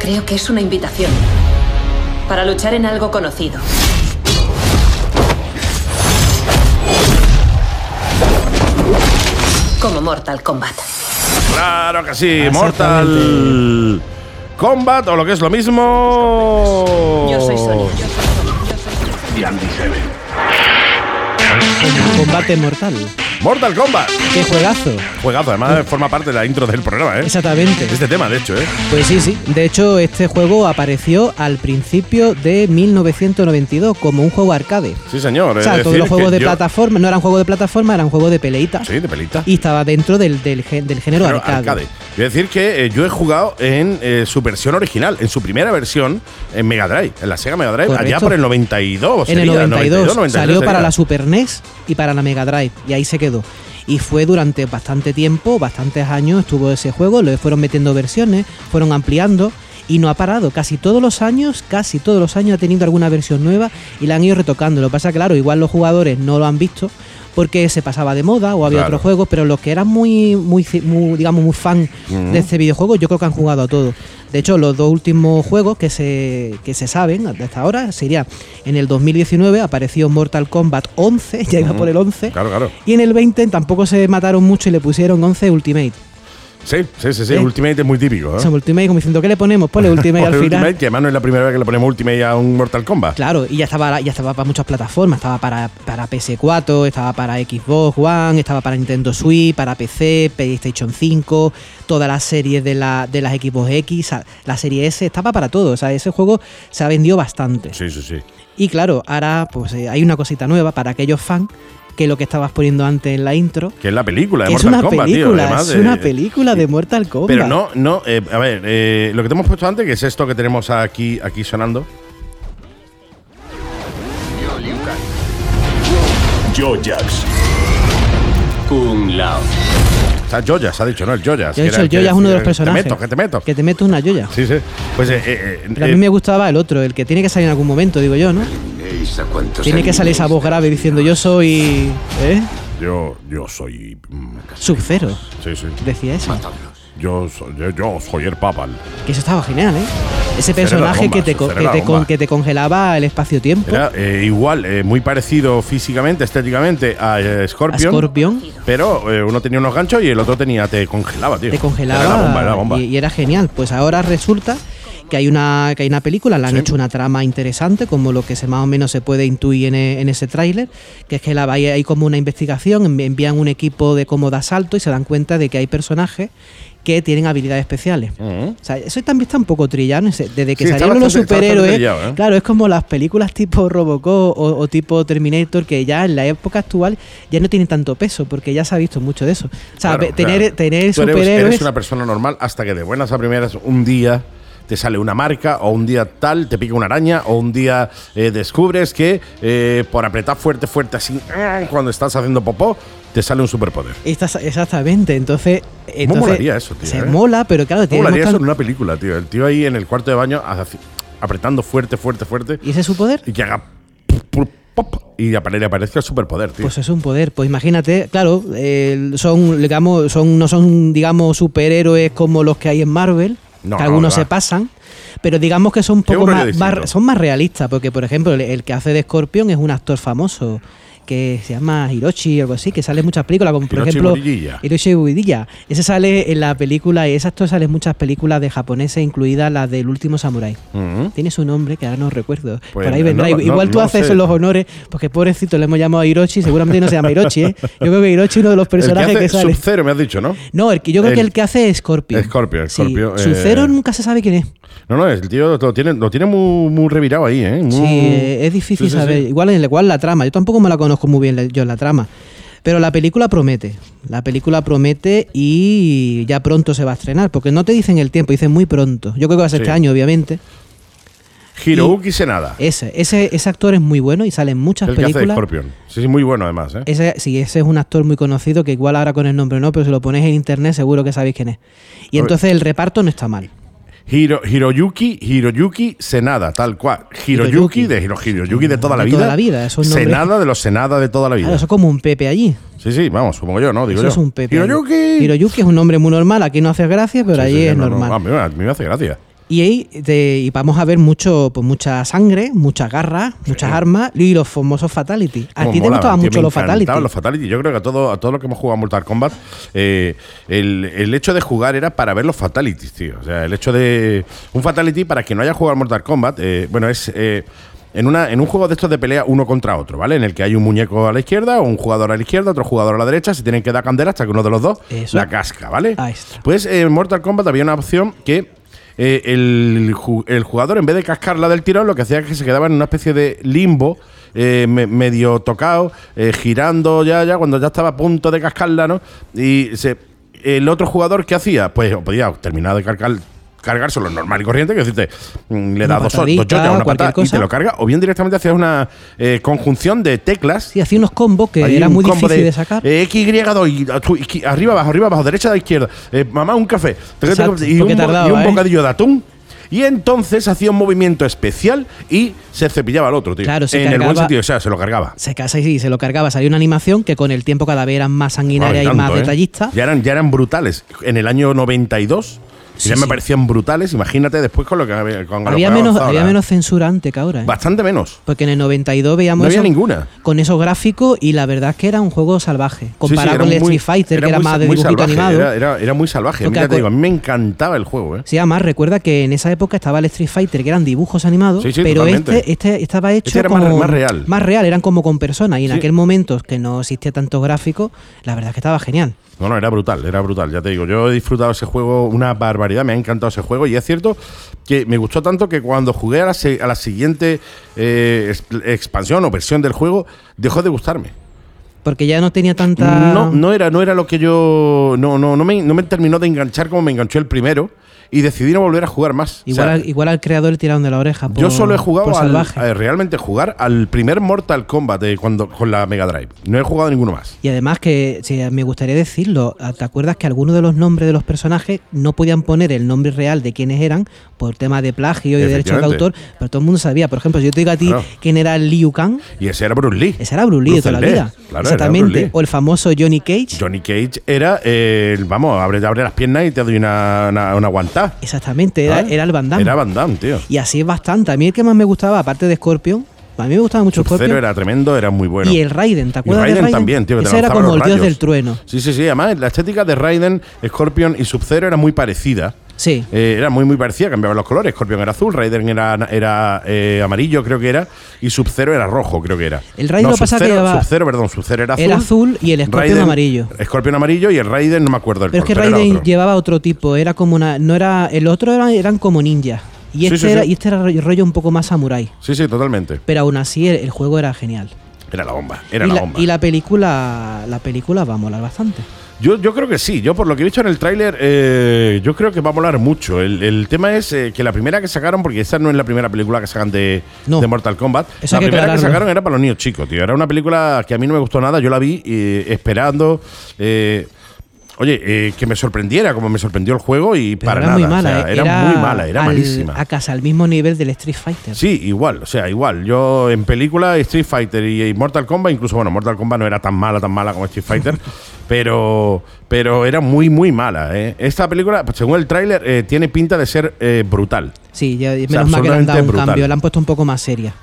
S5: creo que es una invitación para luchar en algo conocido. Como Mortal Kombat.
S3: Claro que sí, Mortal Kombat o lo que es lo mismo.
S5: Yo soy Sonia.
S1: The Andy Seven.
S4: Combate mortal.
S3: Mortal Kombat.
S4: ¡Qué juegazo!
S3: Juegazo, además forma parte de la intro del programa, ¿eh?
S4: Exactamente.
S3: Este tema, de hecho, ¿eh?
S4: Pues sí, sí. De hecho, este juego apareció al principio de 1992 como un juego arcade.
S3: Sí, señor.
S4: O
S3: es
S4: sea, todos
S3: decir,
S4: los juegos
S3: que
S4: de
S3: yo-
S4: plataforma, no eran juegos de plataforma, eran juegos de peleita.
S3: Sí, de pelita.
S4: Y estaba dentro del, del, gen- del género
S3: Pero
S4: arcade.
S3: arcade. Quiero decir que eh, yo he jugado en eh, su versión original, en su primera versión en Mega Drive, en la Sega Mega Drive, allá
S4: Correcto.
S3: por el 92.
S4: En el
S3: sería,
S4: 92,
S3: 92,
S4: salió para
S3: sería.
S4: la Super NES y para la Mega Drive y ahí se quedó. Y fue durante bastante tiempo, bastantes años estuvo ese juego, le fueron metiendo versiones, fueron ampliando y no ha parado. Casi todos los años, casi todos los años ha tenido alguna versión nueva y la han ido retocando. Lo que pasa, claro, igual los jugadores no lo han visto porque se pasaba de moda o había
S3: Claro.
S4: otros juegos, pero los que eran muy, muy, ci- muy, digamos, muy fan de este videojuego, yo creo que han jugado a todo. De hecho, los dos últimos juegos que se, que se saben hasta ahora sería en el 2019 apareció Mortal Kombat 11, ya iba por el 11,
S3: Claro, claro.
S4: y en el 20 tampoco se mataron mucho y le pusieron 11 Ultimate.
S3: Sí, sí, sí, sí.
S4: ¿Eh?
S3: Ultimate es muy típico. ¿eh?
S4: O sea, Ultimate como diciendo, ¿qué le ponemos? Ponle Ultimate al
S3: Por
S4: final.
S3: Ultimate, que además no es la primera vez que le ponemos Ultimate a un Mortal Kombat.
S4: Claro, y ya estaba, ya estaba para muchas plataformas, estaba para, para PS4, estaba para Xbox One, estaba para Nintendo Switch, para PC, PlayStation 5, todas las series de, la, de las Xbox X, a- la serie S, estaba para todo. O sea, ese juego se ha vendido bastante.
S3: Sí, sí, sí.
S4: Y claro, ahora pues eh, hay una cosita nueva para aquellos fans que lo que estabas poniendo antes en la intro.
S3: Que es la película de
S4: que es
S3: Mortal
S4: una
S3: Kombat, tío,
S4: película,
S3: además
S4: es
S3: de-
S4: una película de Mortal Kombat.
S3: Pero no, no, eh, a ver, eh, lo que te hemos puesto antes, que es esto que tenemos aquí, aquí sonando.
S7: Yo, Jax.
S8: Kung Lao.
S3: O sea, Joyas, ha dicho, ¿no? El Joyas. que
S4: Yo he
S3: era
S4: dicho, el
S3: que
S4: Joya es uno de los
S3: decía,
S4: personajes.
S3: Te meto, que te meto.
S4: Que te meto una Joya.
S3: Sí, sí. Pues eh, eh, eh,
S4: Pero a mí
S3: eh,
S4: me gustaba el otro, el que tiene que salir en algún momento, digo yo, ¿no? Pues Tiene que salir esa voz grave diciendo yo soy. ¿Eh?
S3: Yo, yo soy. mm,
S4: Sub-Zero,
S3: Sí, sí.
S4: decía ese.
S3: Yo soy, yo, yo soy el Papal.
S4: Que eso estaba genial, ¿eh? Ese
S3: Ese era la
S4: personaje
S3: bomba,
S4: que te,
S3: ese
S4: co-
S3: era
S4: que,
S3: la
S4: te con-
S3: bomba.
S4: que te congelaba el espacio-tiempo.
S3: Era eh, igual, eh, muy parecido físicamente, estéticamente a eh,
S4: A
S3: Scorpion.
S4: Scorpion
S3: Pero eh, uno tenía unos ganchos y el otro tenía, te congelaba, tío.
S4: te
S3: Era
S4: congelaba
S3: la bomba, era la bomba.
S4: Y, y era genial. Pues ahora resulta que hay una, que hay una película, le han
S3: Sí.
S4: hecho una trama interesante, como lo que se más o menos se puede intuir en, e- en ese tráiler, que es que la, hay, hay como una investigación, envi- envían un equipo de como de asalto y se dan cuenta de que hay personajes que tienen habilidades especiales.
S3: Mm.
S4: O sea, eso también está un poco trillado. ese- Desde
S3: Sí,
S4: que
S3: está
S4: salieron los
S3: bastante- está bastante
S4: superhéroes,
S3: trillado, ¿eh?
S4: claro, es como las películas tipo Robocop o, o tipo Terminator, que ya en la época actual ya no tienen tanto peso, porque ya se ha visto mucho de eso. O sea,
S3: Claro,
S4: ve- tener,
S3: claro.
S4: tener
S3: Tú eres-
S4: superhéroes...
S3: Eres una persona normal hasta que de buenas a primeras un día te sale una marca o un día tal, te pica una araña o un día eh, descubres que eh, por apretar fuerte, fuerte así, ¡ah! cuando estás haciendo popó, te sale un superpoder.
S4: Estas- exactamente, entonces. entonces
S3: molaría eso, tío,
S4: Se
S3: eh?
S4: mola, pero claro,
S3: ¿Cómo
S4: tiene
S3: lo haría eso en
S4: tan-
S3: una película, tío? El tío ahí en el cuarto de baño hace- apretando fuerte, fuerte, fuerte
S4: ¿Y ese es su poder?
S3: y que haga pop, pop, y apare- le aparezca el superpoder, tío.
S4: Pues es un poder. Pues imagínate, claro, eh, son, digamos, son, no son, digamos, superhéroes como los que hay en Marvel,
S3: No,
S4: que
S3: no,
S4: algunos
S3: va.
S4: se pasan, pero digamos que son un
S3: Sí, un
S4: poco
S3: rollo
S4: más, más-
S3: distinto.
S4: son más realistas, porque por ejemplo, el, el que hace de Scorpion es un actor famoso que se llama Hiroshi o algo así, que sale en muchas películas, como por
S3: Hiroshi
S4: ejemplo
S3: Moriyama.
S4: Hiroshi Moriyama. Ese sale en la película, y ese actor sale en muchas películas de japoneses, incluidas las del último samurái.
S3: Mm.
S4: Tiene su nombre, que ahora no recuerdo.
S3: Pues
S4: Por ahí
S3: no,
S4: vendrá.
S3: no,
S4: Igual tú
S3: no
S4: haces
S3: sé.
S4: los honores, porque pobrecito le hemos llamado a Hiroshi, seguramente no se llama Hiroshi, ¿eh? Yo creo que Hiroshi es uno de los personajes
S3: el
S4: que,
S3: que hace
S4: sale.
S3: Sub-Zero, me has dicho, ¿no?
S4: No, el que yo creo que
S3: el-
S4: el que hace es Scorpio.
S3: Scorpio,
S4: Sí,
S3: Scorpio, eh.
S4: Sub-Zero nunca se sabe quién es.
S3: No, no, el tío lo tiene, lo tiene muy, muy revirado ahí, ¿eh? Muy-
S4: Sí, eh, es difícil
S3: Sí, sí, sí.
S4: saber. Igual en igual la trama. Yo tampoco me la conozco muy bien la- yo la trama. Pero la película promete. La película promete y ya pronto se va a estrenar. Porque no te dicen el tiempo, dicen muy pronto. Yo creo que va a ser
S3: Sí.
S4: este año, obviamente.
S3: Hiroyuki Senada.
S4: Ese, ese, ese actor es muy bueno y sale en muchas
S3: el que hace de
S4: películas.
S3: Scorpion. Sí, sí, muy bueno además, ¿eh?
S4: Ese, sí, ese es un actor muy conocido que igual ahora con el nombre no, pero si lo ponéis en internet seguro que sabéis quién es. Y
S3: A ver.
S4: entonces el reparto no está mal.
S3: Hiro- Hiroyuki, Hiroyuki Senada, tal cual. Hiroyuki
S4: Hiroyuki.
S3: de Hiro- Hiroyuki de toda la
S4: De
S3: vida.
S4: toda la vida, es un nombre-
S3: Senada de los Senada de toda la vida.
S4: Claro, eso es como un Pepe allí.
S3: Sí, sí, vamos, supongo yo, ¿no? Digo
S4: Eso
S3: yo.
S4: es un Pepe. allí.
S3: Hiroyuki.
S4: Hiroyuki es un nombre muy normal, aquí no hace gracia, pero
S3: Sí,
S4: allí
S3: sí, sí,
S4: es
S3: no, no,
S4: normal.
S3: a mí me- a mí me hace gracia.
S4: Y ahí te- y vamos a ver mucho, pues mucha sangre, muchas garras, muchas armas y los famosos fatality. A
S3: Como
S4: ti te
S3: molaban,
S4: gustaban
S3: tío,
S4: mucho
S3: Oh, me
S4: los fatality.
S3: encantaban los Fatality. Yo creo que a todo, a todo lo que hemos jugado a Mortal Kombat, eh, el, el hecho de jugar era para ver los fatalities, tío. O sea, el hecho de. Un fatality, para quien no haya jugado a Mortal Kombat, eh, bueno, es. eh, en, una, en un juego de estos de pelea uno contra otro, ¿vale? En el que hay un muñeco a la izquierda, un jugador a la izquierda, otro jugador a la derecha, se tienen que dar candela hasta que uno de los dos
S4: Eso.
S3: la casca, ¿vale?
S4: Ahí está.
S3: Pues eh, en Mortal Kombat había una opción que eh, el, ju- el jugador, en vez de cascarla del tirón, lo que hacía es que se quedaba en una especie de limbo. eh, me- medio tocado, eh, girando ya, ya, cuando ya estaba a punto de cascarla, ¿no? Y se, el otro jugador, ¿qué hacía? Pues o podía terminar de cargar, cargárselo normal y corriente, que decirte, mm, le
S4: Una
S3: da dos, dos
S4: patadita,
S3: yoyas, una
S4: cualquier
S3: patada y te
S4: cosa.
S3: lo carga, o bien directamente hacías una eh, conjunción de teclas
S4: Sí, hacía unos combos que
S3: Ahí
S4: era
S3: un
S4: muy
S3: combo
S4: difícil de, sacar.
S3: eh, X, Y, tú, izqui- arriba, abajo, arriba, abajo, derecha, de izquierda. Eh, mamá, un café.
S4: Exacto,
S3: y, un,
S4: porque
S3: bo-
S4: tardaba,
S3: y un
S4: ¿eh?
S3: bocadillo de atún. Y entonces hacía un movimiento especial y se cepillaba al otro, tío.
S4: Claro, se
S3: en el buen
S4: cargaba-
S3: sentido, o sea, se lo cargaba.
S4: Se casa y se lo cargaba. Salió una animación que con el tiempo cada vez era más sanguinaria
S3: Ay,
S4: y más
S3: tanto, ¿eh?
S4: detallista.
S3: Ya eran, ya eran brutales. En el año 92
S4: Sí,
S3: ya me
S4: sí.
S3: parecían brutales. Imagínate después con lo que había. Con lo ¿eh?
S4: había
S3: que ha
S4: menos,
S3: avanzado
S4: había
S3: ahora.
S4: menos censura antes que ahora. ¿eh?
S3: Bastante menos.
S4: Porque en el 92 veíamos
S3: No había
S4: eso-
S3: ninguna.
S4: con esos gráficos y la verdad es que era un juego salvaje. Comparado
S3: Sí, sí, era
S4: con el
S3: muy-
S4: Street Fighter, que era
S3: muy
S4: más
S3: sa-
S4: de
S3: muy
S4: dibujito
S3: salvaje,
S4: animado.
S3: Era, era- era muy salvaje.
S4: Porque
S3: Mira, te
S4: acu-
S3: digo, a mí me encantaba el juego, ¿eh?
S4: Sí, además recuerda que en esa época estaba el Street Fighter, que eran dibujos animados,
S3: Sí, sí,
S4: pero
S3: totalmente.
S4: este, este estaba hecho
S3: Este era más-
S4: como
S3: más real.
S4: Más real, eran como con personas. Y en
S3: Sí.
S4: aquel momento que no existía tanto gráfico, la verdad es que estaba genial.
S3: No, no, era brutal, era brutal, ya te digo. Yo he disfrutado ese juego una barbaridad, me ha encantado ese juego y es cierto que me gustó tanto que cuando jugué a la, se- a la siguiente eh, es- expansión o versión del juego, dejó de gustarme.
S4: Porque ya no tenía tanta.
S3: No, no era, no era lo que yo... No, no, no, me, no me terminó de enganchar como me enganchó el primero y decidí no volver a jugar más. O
S4: Igual,
S3: sea,
S4: al, igual al creador le tiraron de la oreja. Por,
S3: yo solo he
S4: por
S3: jugado al-
S4: salvaje.
S3: a realmente jugar al primer Mortal Kombat de cuando, con la Mega Drive. No he jugado a ninguno más.
S4: Y además que sí, me gustaría decirlo, ah, ¿te acuerdas que algunos de los nombres de los personajes no podían poner el nombre real de quiénes eran por tema de plagio y de derechos de autor?
S3: Efectivamente.
S4: Pero todo el mundo sabía, por ejemplo, si yo te digo a ti
S3: Claro.
S4: quién era Liu Kang,
S3: Y ese era Bruce Lee.
S4: ese era Bruce Lee de toda la
S3: Lee,
S4: vida.
S3: claro, era Bruce
S4: Exactamente.
S3: Lee.
S4: O el famoso Johnny Cage.
S3: Johnny Cage era eh, el, vamos, abre, abre las piernas y te doy una, una, una guantá.
S4: Exactamente, era,
S3: ¿sabes?
S4: era el Van Damme.
S3: Era Van Damme, tío.
S4: Y así es bastante. A mí el que más me gustaba, aparte de Scorpion, a mí me gustaba mucho
S3: Sub-Zero
S4: Scorpion.
S3: era tremendo, era muy bueno.
S4: Y el Raiden, ¿te
S3: Y
S4: acuerdas de Raiden?
S3: también, tío. que te
S4: Ese era
S3: lanzaba
S4: como el
S3: los
S4: dios
S3: rayos.
S4: del trueno.
S3: Sí, sí, sí. Además, la estética de Raiden, Scorpion y Sub-Zero era muy parecida.
S4: Sí.
S3: Eh, era muy, muy parecida, cambiaban los colores. Scorpion era azul, Raiden era, era eh, amarillo, creo que era, y Sub-Zero era rojo, creo que era.
S4: El Raiden lo pasa que
S3: Sub-Zero-
S4: llevaba-
S3: Sub-Zero, perdón, Sub-Zero era azul.
S4: Era azul y el Scorpion amarillo.
S3: Scorpion amarillo y el Raiden, no me acuerdo el
S4: Pero es que
S3: color, era
S4: Raiden
S3: otro.
S4: llevaba otro tipo, era como una. No era. El otro era- eran como ninjas. Y
S3: Sí,
S4: este
S3: sí,
S4: era,
S3: sí.
S4: y este era rollo- rollo un poco más samurái.
S3: Sí, sí, totalmente.
S4: Pero aún así el, el juego era genial.
S3: Era la bomba, era
S4: y,
S3: la,
S4: la,
S3: bomba.
S4: y la película. La película va a molar bastante.
S3: Yo, yo creo que sí. Yo, por lo que he visto en el tráiler, eh, yo creo que va a molar mucho. El, el tema es eh, que la primera que sacaron, porque esta no es la primera película que sacan de,
S4: No.
S3: de Mortal Kombat,
S4: Eso
S3: la
S4: hay que
S3: primera que
S4: aclararlo.
S3: sacaron era para los niños chicos, tío. Era una película que a mí no me gustó nada. Yo la vi eh, esperando. eh, Oye, eh, que me sorprendiera como me sorprendió el juego y
S4: Pero
S3: para
S4: era
S3: nada.
S4: muy mala,
S3: o sea,
S4: ¿eh?
S3: era, muy mala, era
S4: al-
S3: malísima.
S4: A casa, al mismo nivel del Street Fighter.
S3: Sí, igual, o sea, igual. Yo en película Street Fighter y, y Mortal Kombat, incluso bueno, Mortal Kombat no era tan mala, tan mala como Street Fighter, pero, pero era muy, muy mala. ¿eh? Esta película, pues, según el tráiler, eh, tiene pinta de ser eh, brutal.
S4: Sí, ya, menos
S3: sea,
S4: mal que le han dado
S3: absolutamente
S4: un
S3: brutal.
S4: cambio, la han puesto un poco más seria.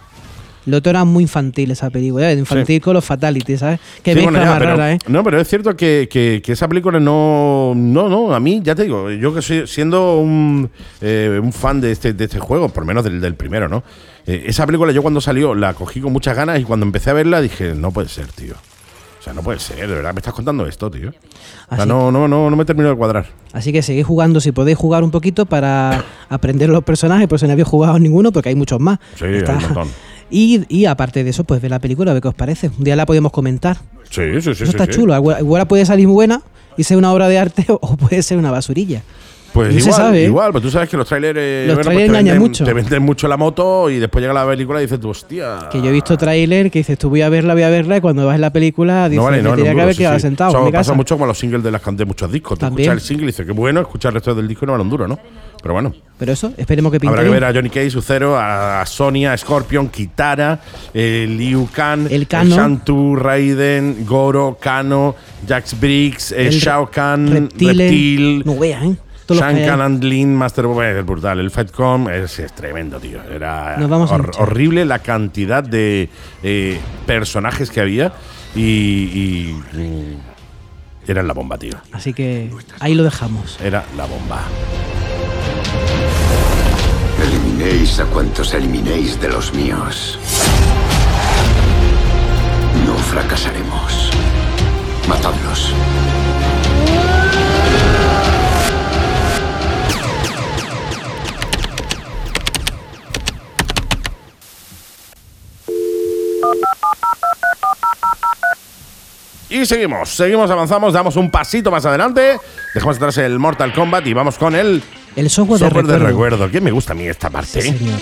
S4: Lo otro era muy infantil esa película, ¿eh? infantil con los fatalities, ¿sabes? Que
S3: Sí,
S4: mezcla
S3: bueno, ya,
S4: más
S3: pero,
S4: rara, ¿eh?
S3: No, pero es cierto que, que- que esa película no. No, no, a mí, ya te digo, yo que soy siendo un, eh, un fan de este, de este juego, por lo menos del, del primero, ¿no? Eh, esa película yo cuando salió la cogí con muchas ganas y cuando empecé a verla dije, no puede ser, tío. O sea, no puede ser, de verdad, me estás contando esto, tío. O sea,
S4: Así.
S3: no, no, no, no me termino de cuadrar.
S4: Así que seguid jugando si podéis jugar un poquito para aprender los personajes, por si no habéis jugado ninguno, porque hay muchos más.
S3: Sí, hay un montón.
S4: Y, y aparte de eso, pues ve la película, a ver qué os parece. Un día la podemos comentar.
S3: Sí, sí, sí.
S4: eso está chulo. Igual igual puede salir buena y ser una obra de arte o puede ser una basurilla.
S3: Pues
S4: No se
S3: igual,
S4: sabe, ¿eh?
S3: igual, pues tú sabes que los trailers. eh,
S4: Los
S3: pues,
S4: trailers
S3: te,
S4: engañan
S3: venden,
S4: mucho.
S3: te venden mucho la moto y después llega la película y dices tú, hostia.
S4: Que yo he visto tráiler que dices, tú voy a verla, voy a verla, y cuando vas en la película
S3: Ah.
S4: dices,
S3: no vale,
S4: me
S3: no,
S4: tenía
S3: no,
S4: que haber
S3: sí,
S4: quedado
S3: sí.
S4: sentado
S3: Eso
S4: en mi
S3: pasa
S4: casa.
S3: muchos como los singles de las can- de muchos discos. Tú
S4: También.
S3: escuchas el single y dices, qué bueno, escuchar el resto del disco y no me lo duro, ¿no? Pero bueno,
S4: Pero eso, esperemos que pinte
S3: habrá que
S4: bien.
S3: ver a Johnny Cage, Sucero, a Sonia, a Scorpion, Kitara, eh, Liu Kang,
S4: El Kano.
S3: Shantu, Raiden, Goro, Kano, Jax Briggs, eh,
S4: El re-
S3: Shao Kahn,
S4: reptiles,
S3: Reptil,
S4: No veas, ¿eh? Todos los que
S3: Shan
S4: hay.
S3: Kahn and Lin, Master Bob, es brutal. El Fightcom es, es tremendo, tío. Era
S4: Nos vamos a luchar.
S3: horrible la cantidad de eh, personajes que había y, y- y eran la bomba, tío.
S4: Así que ahí lo dejamos.
S3: Era la bomba.
S7: Eliminéis
S9: a cuantos eliminéis de los míos. No fracasaremos. Matadlos.
S3: Y seguimos, seguimos, avanzamos, damos un pasito más adelante, dejamos atrás el Mortal Kombat y vamos con el
S4: El software,
S3: software
S4: de
S3: de
S4: recuerdo.
S3: recuerdo. ¿Quién me gusta a mí esta parte?
S4: Sí, señor.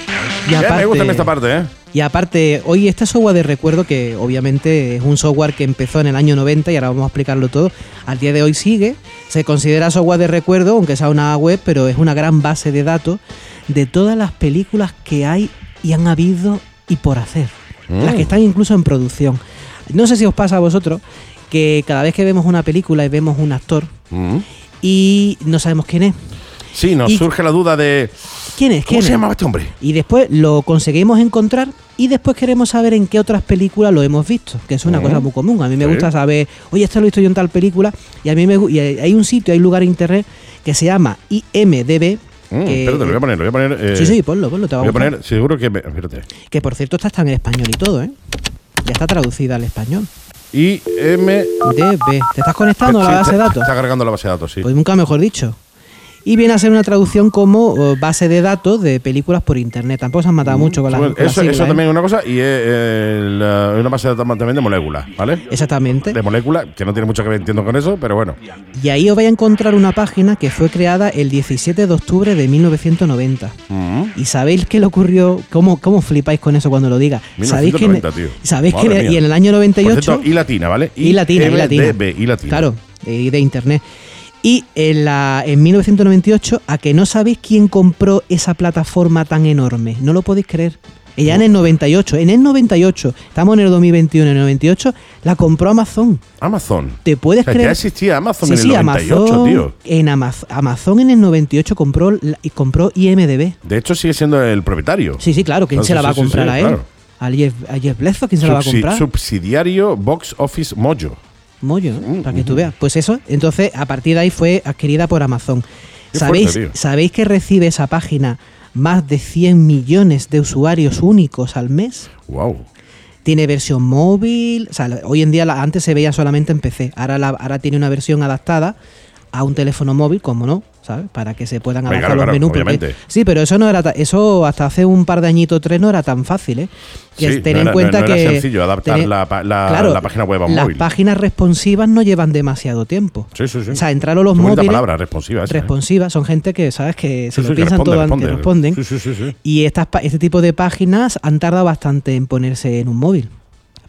S4: Y
S3: Ya, me
S4: aparte-
S3: gusta a mí esta parte, ¿eh?
S4: Y aparte, hoy este software de recuerdo, que obviamente es un software que empezó en el año 90 y ahora vamos a explicarlo todo, al día de hoy sigue, se considera software de recuerdo, aunque sea una web, pero es una gran base de datos de todas las películas que hay y han habido y por hacer. Las
S3: Mm.
S4: que están incluso en producción. No sé si os pasa a vosotros que cada vez que vemos una película y vemos un actor
S3: Mm.
S4: y no sabemos quién es.
S3: Sí, nos
S4: Y-
S3: surge la duda de.
S4: ¿Quién es?
S3: ¿Cómo
S4: ¿Quién
S3: se
S4: es?
S3: llamaba este hombre?
S4: y después lo conseguimos encontrar y después queremos saber en qué otras películas lo hemos visto, que es una
S3: Mm.
S4: cosa muy común. A mí me
S3: Sí.
S4: gusta saber, oye, esto lo he visto yo en tal película y a mí me gu- y hay hay un sitio, hay un lugar en internet que se llama IMDB.
S3: Mm,
S4: que-
S3: espérate, lo voy a poner, lo voy a poner. eh,
S4: Sí, sí, ponlo, ponlo, te va a
S3: Voy a
S4: gustar.
S3: poner, seguro que. me- Espérate.
S4: Que por cierto está hasta en español y todo, ¿eh? Ya está traducida al español.
S3: Y M.
S4: DB. ¿Te estás conectando a
S3: Sí,
S4: la base de
S3: está-
S4: datos?
S3: Está cargando la base de datos, sí.
S4: Pues nunca mejor dicho. Y viene a ser una traducción como eh, base de datos de películas por internet. Tampoco se han matado mucho con la
S3: Bueno,
S4: con la
S3: Mm, eso,
S4: sigla,
S3: eso
S4: ¿eh?
S3: también es una cosa y es eh, la- una base de datos también de moléculas, ¿vale?
S4: ¿eh? Este. Exactamente.
S3: De molécula, que no tiene mucho que ver, entiendo, con eso, pero bueno.
S4: Y ahí os vais a encontrar una página que fue creada el 17 de octubre de 1990.
S3: Mm.
S4: ¿Y sabéis qué le ocurrió? ¿Cómo, cómo flipáis con eso cuando lo diga? ¿Sabéis que, en-
S3: 1990, tío.
S4: ¿sabéis que
S3: Madre
S4: en-
S3: mía.
S4: y en el año
S3: Por
S4: 98...
S3: cierto, y latina, ¿vale?
S4: y latina, y latina.
S3: IMDb, y latina.
S4: Claro, de, de internet. Y en, la, en 1998, a que no sabéis quién compró esa plataforma tan enorme, no lo podéis creer. Ella en el 98, en el 98, estamos en el 2021, en el 98, la compró Amazon.
S3: Amazon.
S4: ¿Te puedes
S3: O sea,
S4: creer?
S3: ya existía Amazon
S4: Sí,
S3: en el
S4: sí,
S3: 98,
S4: Amazon,
S3: tío.
S4: En Amaz- Amazon en el 98 compró, la- y compró IMDB.
S3: De hecho, sigue siendo el propietario.
S4: Sí, sí, claro. ¿Quién
S3: Ah,
S4: se la
S3: sí,
S4: va a
S3: sí, sí,
S4: comprar a él?
S3: claro.
S4: ¿A Jeff, a Jeff Bezos? ¿Quién se la va a
S3: Subsi-
S4: comprar?
S3: Subsidiario Box Office Mojo.
S4: Moyo, ¿no?
S3: Mm,
S4: para que tú veas. Pues eso, entonces a partir de ahí fue adquirida por Amazon.
S3: Qué
S4: ¿Sabéis,
S3: fuerte, tío.
S4: ¿Sabéis que recibe esa página más de 100 millones de usuarios únicos al mes?
S3: Wow.
S4: Tiene versión móvil, o sea, la- hoy en día la- antes se veía solamente en PC, ahora, la- ahora tiene una versión adaptada a un teléfono móvil, como no, ¿sabes? Para que se puedan
S3: Hombre, claro,
S4: adaptar los
S3: claro,
S4: menús. porque-
S3: obviamente.
S4: sí, pero eso no era ta- eso hasta hace un par de añitos tres no era tan fácil, ¿eh? Que
S3: Sí,
S4: tener
S3: no era-
S4: en cuenta
S3: no- no
S4: que
S3: era sencillo adaptar la pa- la- la página web a un
S4: las
S3: móvil.
S4: páginas responsivas no llevan demasiado tiempo.
S3: Sí, sí, sí.
S4: O sea, entraron los
S3: Qué bonita
S4: móviles.
S3: palabra, responsiva esa, ¿eh?
S4: Responsivas, son gente que, ¿sabes? Que se
S3: Sí,
S4: lo
S3: sí, que
S4: piensan
S3: responde,
S4: todo antes,
S3: responde.
S4: responden.
S3: Sí, sí, sí, sí.
S4: Y estas, pa- este tipo de páginas han tardado bastante en ponerse en un móvil.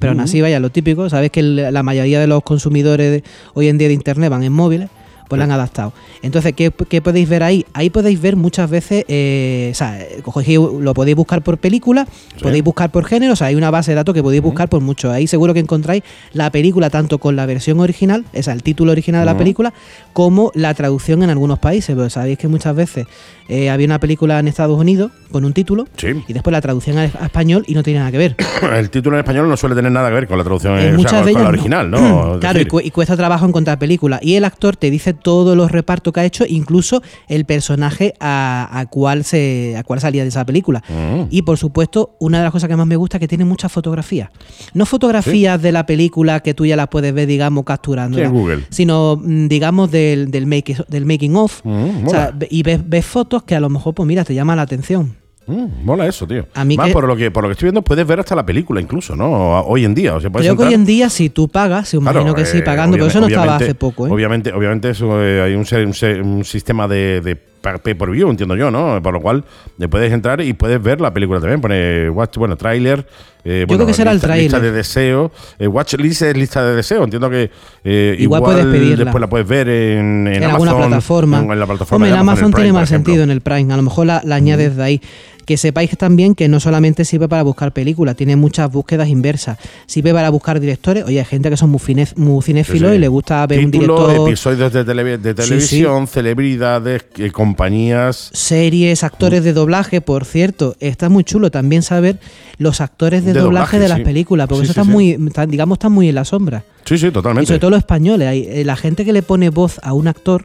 S4: Pero aún así, vaya, lo típico, sabes que el- la mayoría de los consumidores de- hoy en día de Internet van en móviles, pues la han adaptado. Entonces, ¿qué, qué podéis ver ahí? Ahí podéis ver muchas veces, eh, o sea, cogéis- lo podéis buscar por película, podéis buscar por género, o sea, hay una base de datos que podéis buscar por mucho. Ahí seguro que encontráis la película tanto con la versión original, o sea, el título original de la película, como la traducción en algunos países. Pero sabéis que muchas veces eh, había una película en Estados Unidos con un título
S3: Sí.
S4: y después la traducían al- a español y no tiene nada que ver.
S3: el título en español no suele tener nada que ver con la traducción
S4: En
S3: eh, o sea,
S4: muchas
S3: con,
S4: de
S3: con
S4: ellas
S3: la
S4: no. Mm,
S3: original, ¿no? Es
S4: claro, y,
S3: decir,
S4: cu- y cuesta trabajo encontrar película. Y el actor te dice todos los repartos que ha hecho, incluso el personaje a, a cuál se a cuál salía de esa película.
S3: Mm.
S4: Y por supuesto, una de las cosas que más me gusta es que tiene muchas fotografías. No fotografías de la película que tú ya las puedes ver, digamos, capturando.
S3: Sí, en Google.
S4: Sino, mm, digamos, del, del, make- del making of.
S3: Mm,
S4: O sea,
S3: mola.
S4: ve- y ves, ves fotos que a lo mejor, pues mira, te llama la atención.
S3: mm, mola eso, tío.
S4: A mí
S3: Más
S4: que-
S3: por lo que por lo que estoy viendo puedes ver hasta la película incluso, ¿no? A- Hoy en día, o sea, puedes
S4: Creo que hoy
S3: entrar-
S4: en día, si tú pagas, se
S3: Pues Claro,
S4: imagino que sí,
S3: eh,
S4: pagando, pero eso no
S3: obviamente-
S4: estaba hace
S3: obviamente-
S4: poco. ¿eh?
S3: Obviamente, obviamente eso, eh, hay un, ser- un ser- un sistema de, de pa- pay por view, entiendo yo, ¿no? Por lo cual eh, puedes entrar y puedes ver la película también. Pone watch, bueno, tráiler. eh, bueno,
S4: creo que será el
S3: lista-
S4: tráiler.
S3: Lista de deseo. eh, watch list es lista de deseo. Entiendo que eh,
S4: Igual puedes pedirla.
S3: después la puedes ver en, en
S4: en,
S3: Amazon,
S4: alguna plataforma.
S3: En, en la plataforma
S4: Hombre,
S3: de
S4: en Amazon,
S3: en Prime,
S4: tiene
S3: por
S4: más
S3: ejemplo.
S4: sentido en el Prime. A lo mejor la, la añades de ahí. Que sepáis también que no solamente sirve para buscar películas, tiene muchas búsquedas inversas. Sirve para buscar directores. Oye, hay gente que son muy, fine- muy
S3: Sí,
S4: cinéfilos
S3: sí.
S4: y ¿eh? le gusta ver un
S3: Título,
S4: director.
S3: episodios de, tele- de
S4: Sí, sí.
S3: televisión, celebridades, eh, compañías.
S4: series, actores de doblaje, por cierto, está muy chulo también saber los actores de,
S3: De
S4: doblaje,
S3: doblaje,
S4: de las
S3: sí.
S4: películas, porque
S3: Sí,
S4: eso
S3: sí,
S4: está
S3: sí.
S4: muy, está- digamos, está muy en la sombra.
S3: Sí, sí,
S4: Y
S3: totalmente.
S4: sobre todo los españoles, hay, eh, la gente que le pone voz a un actor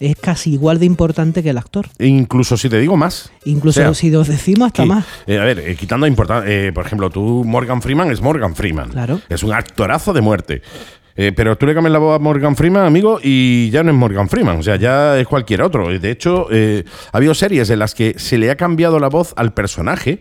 S4: es casi igual de importante que el actor.
S3: Incluso si te digo más.
S4: Incluso
S3: O sea,
S4: si los decimos hasta
S3: qui-
S4: más.
S3: eh, a ver, eh, quitando importante. por ejemplo, tú, Morgan Freeman es Morgan Freeman.
S4: Claro.
S3: Es un actorazo de muerte. Eh, pero tú le cambias la voz a Morgan Freeman, amigo, y ya no es Morgan Freeman. O sea, ya es cualquier otro. De hecho, eh, ha habido series en las que se le ha cambiado la voz al personaje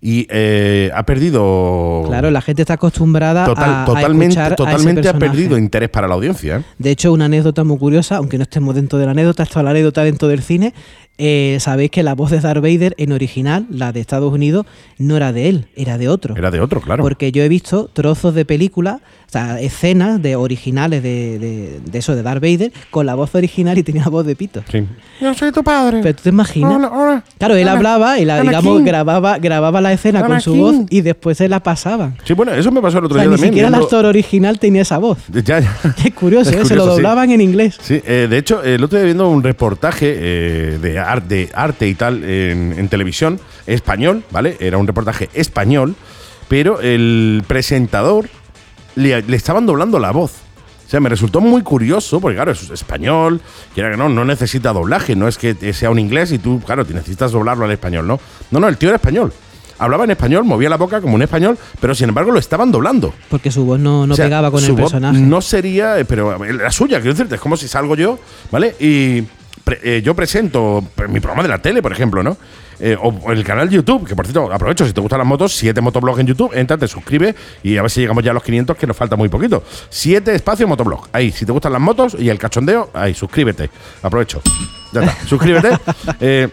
S3: y eh, ha perdido.
S4: Claro, la gente está acostumbrada
S3: Total-
S4: a, a
S3: totalmente,
S4: escuchar a ese
S3: totalmente ha
S4: personaje.
S3: perdido interés para la audiencia. ¿eh?
S4: De hecho, una anécdota muy curiosa, aunque no estemos dentro de la anécdota, esto es la anécdota dentro del cine. eh, Sabéis que la voz de Darth Vader en original, la de Estados Unidos, no era de él, era de otro.
S3: Era de otro, claro.
S4: Porque yo he visto trozos de películas, o sea, escenas de originales de, de- de eso, de Darth Vader, con la voz original y tenía la voz de Pito.
S3: Sí. Yo soy tu padre.
S4: Pero tú te imaginas.
S3: Hola, hola.
S4: Claro, él
S3: Ana-
S4: hablaba y la,
S3: Anakin.
S4: digamos, grababa, grababa la escena con su voz
S3: Anakin.
S4: y después se la pasaba.
S3: Sí, bueno, eso me pasó el
S4: O
S3: otro
S4: sea,
S3: día
S4: ni
S3: también.
S4: siquiera el
S3: viendo-
S4: actor original tenía esa voz.
S3: Ya, ya.
S4: Qué curioso,
S3: Es
S4: ¿eh? se lo
S3: curioso, sí.
S4: doblaban en inglés.
S3: Sí, eh, de hecho, el otro día viendo un reportaje eh, de, ar- de arte y tal en, en televisión español, ¿vale? Era un reportaje español, pero el presentador le, le estaban doblando la voz. O sea, me resultó muy curioso, porque claro, es español, quiera que no, no necesita doblaje, no es que te- sea un inglés y tú, claro, te necesitas doblarlo al español, ¿no? No, no, el tío era español. Hablaba en español, movía la boca como un español, pero sin embargo lo estaban doblando.
S4: Porque su voz no, no
S3: O sea,
S4: pegaba con
S3: su
S4: el
S3: voz
S4: personaje.
S3: No sería, eh, pero eh, la suya, quiero decirte, es como si salgo yo, ¿vale? Y pre- eh, yo presento pre- mi programa de la tele, por ejemplo, ¿no? Eh, o, o el canal de YouTube, que por cierto, aprovecho, si te gustan las motos, 7 motoblog en YouTube, entra, te suscribes y a ver si llegamos ya a los 500, que nos falta muy poquito. 7 espacio motoblog. Ahí, si te gustan las motos y el cachondeo, ahí, suscríbete. Aprovecho. Ya está, suscríbete. Eh,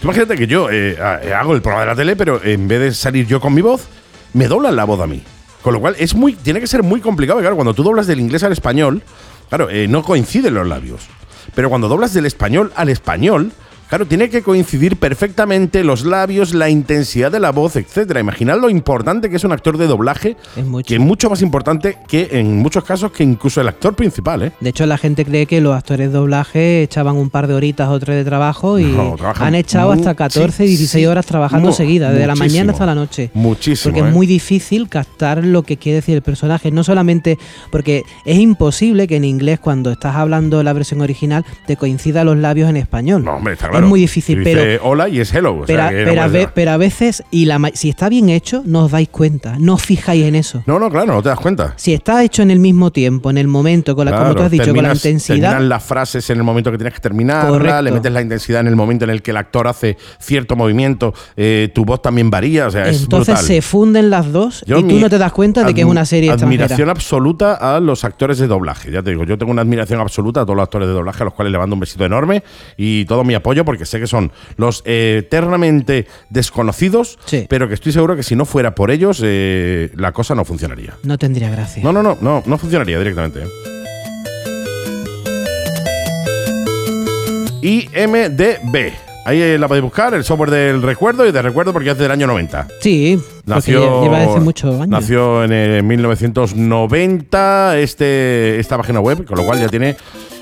S3: Tú Imagínate que yo eh, ha- eh, hago el programa de la tele, pero en vez de salir yo con mi voz, me doblan la voz a mí. Con lo cual es muy, tiene que ser muy complicado. y Claro, cuando tú doblas del inglés al español, claro, eh, no coinciden los labios. Pero cuando doblas del español al español, claro, tiene que coincidir perfectamente los labios, la intensidad de la voz, etcétera. Imaginad lo importante que es un actor de doblaje,
S4: Es mucho.
S3: que es mucho más importante que en muchos casos que incluso el actor principal, ¿eh?
S4: De hecho, la gente cree que los actores de doblaje echaban un par de horitas o tres de trabajo y
S3: No, trabajan
S4: han echado
S3: mu-
S4: hasta 14,
S3: sí,
S4: 16
S3: sí,
S4: horas trabajando
S3: mu-
S4: seguidas, desde la
S3: muchísimo.
S4: mañana hasta la noche.
S3: Muchísimo,
S4: Porque
S3: ¿eh?
S4: es muy difícil captar lo que quiere decir el personaje. No solamente porque es imposible que en inglés, cuando estás hablando la versión original, te coincida los labios en español.
S3: No, hombre, está claro.
S4: Es muy difícil,
S3: Y
S4: pero.
S3: dice hola y es hello. o sea,
S4: Pero, a-
S3: que no
S4: pero a
S3: puede
S4: ve-
S3: ser.
S4: pero a veces, y la ma- si está bien hecho, no os dais cuenta, no os fijáis en eso.
S3: no, no, claro, no te das cuenta.
S4: Si está hecho en el mismo tiempo, en el momento, con la, como tú
S3: Claro,
S4: has dicho, con la
S3: terminas-
S4: intensidad,
S3: terminas las frases en el momento que tienes que terminarla,
S4: Correcto.
S3: le metes la intensidad en el momento en el que el actor hace cierto movimiento, eh, tu voz también varía, o sea, es
S4: entonces
S3: brutal.
S4: se funden las dos
S3: Yo
S4: y tú
S3: mi
S4: no te das cuenta de que es
S3: admi-
S4: una serie
S3: Admiración
S4: extranjera.
S3: absoluta a los actores de doblaje. Ya te digo, yo tengo una admiración absoluta a todos los actores de doblaje, a los cuales le mando un besito enorme y todo mi apoyo, porque sé que son los eh, eternamente desconocidos,
S4: Sí.
S3: pero que estoy seguro que si no fuera por ellos, eh, la cosa no funcionaría.
S4: No tendría gracia.
S3: No, no, no, no, no funcionaría directamente. IMDB. Ahí eh, la podéis buscar, el software del recuerdo y de recuerdo porque es del año 90.
S4: Pues Sí, porque
S3: Nació,
S4: lleva desde muchos años.
S3: nació en el 1990 este, esta página web, con lo cual ya tiene,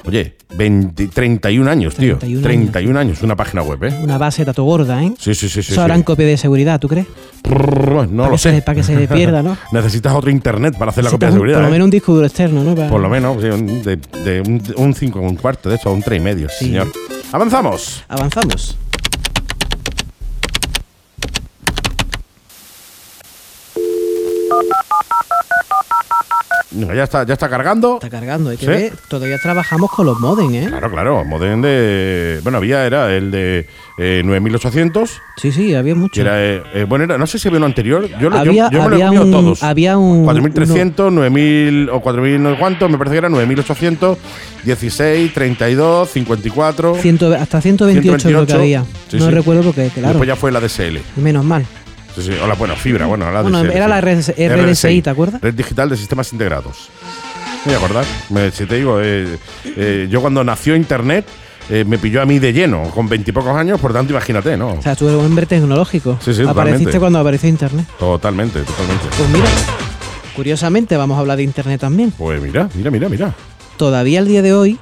S3: oye, 20, 31 años, tío.
S4: 31 años.
S3: 31 años, una página web, ¿eh?
S4: Una base dato gorda, ¿eh?
S3: Sí, sí, sí, sí.
S4: Eso harán
S3: sí.
S4: copia de seguridad, ¿tú crees?
S3: Prrr, no
S4: para,
S3: lo
S4: que
S3: sé.
S4: Se, para que se pierda, ¿no?
S3: Necesitas otro internet para hacer la copia de
S4: Necesitas un-
S3: seguridad.
S4: Por lo
S3: ¿eh?
S4: menos un disco duro externo, ¿no? Para-
S3: Por lo menos, sí, un- de, de un- de un 5, un cuarto de esto, un 3 y medio,
S4: Sí.
S3: señor. Avanzamos.
S4: Avanzamos.
S3: Venga, Ya está, ya está cargando.
S4: Está cargando, hay que
S3: Sí.
S4: ver. Todavía trabajamos con los modem, ¿eh?
S3: Claro, claro, modem de... Bueno, había, era el de eh, 9800,
S4: Sí, sí, había
S3: que
S4: mucho.
S3: era... eh, eh, bueno, era- no sé si había uno anterior. Yo, lo- yo-
S4: Había-
S3: yo me lo he
S4: había
S3: comido
S4: un-
S3: todos.
S4: había un-
S3: 4300, 9000 o 4000 no sé cuánto, me parece que era 9800, 16, 32, 54...
S4: Ciento- hasta 128 es lo que
S3: 128.
S4: había.
S3: Sí,
S4: no
S3: sí.
S4: recuerdo porque, claro,
S3: Después ya fue la DSL.
S4: menos mal.
S3: Sí, sí, o la- bueno, fibra, bueno, la
S4: Bueno,
S3: DSL,
S4: era
S3: sí.
S4: la RDSI, ¿te acuerdas?
S3: Red Digital de Sistemas Integrados. Me voy a acordar. Me- si te digo, eh, eh, yo cuando nació Internet eh, me pilló a mí de lleno, con veintipocos años, por tanto, imagínate, ¿no?
S4: O sea, tú eres un hombre tecnológico.
S3: Sí, sí,
S4: Apareciste
S3: totalmente.
S4: cuando apareció Internet.
S3: Totalmente, totalmente.
S4: Pues mira, curiosamente vamos a hablar de Internet también.
S3: Pues mira, mira, mira, mira.
S4: Todavía al día de hoy,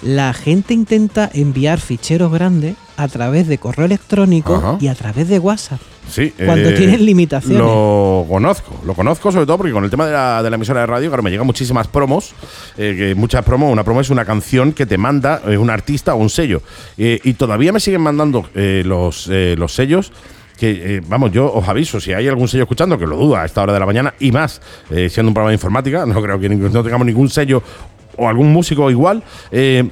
S4: la gente intenta enviar ficheros grandes a través de correo electrónico
S3: Ajá.
S4: y a través de WhatsApp.
S3: Sí. eh,
S4: Cuando tienen limitaciones.
S3: Lo conozco, lo conozco sobre todo porque con el tema de la, de la emisora de radio, claro, me llegan muchísimas promos, eh, que muchas promos, una promo es una canción que te manda eh, un artista o un sello. Eh, y todavía me siguen mandando eh, los, eh, los sellos. Que, eh, vamos, yo os aviso, si hay algún sello escuchando, que lo duda a esta hora de la mañana y más, eh, siendo un programa de informática, no creo que ningún- no tengamos ningún sello o algún músico igual. eh,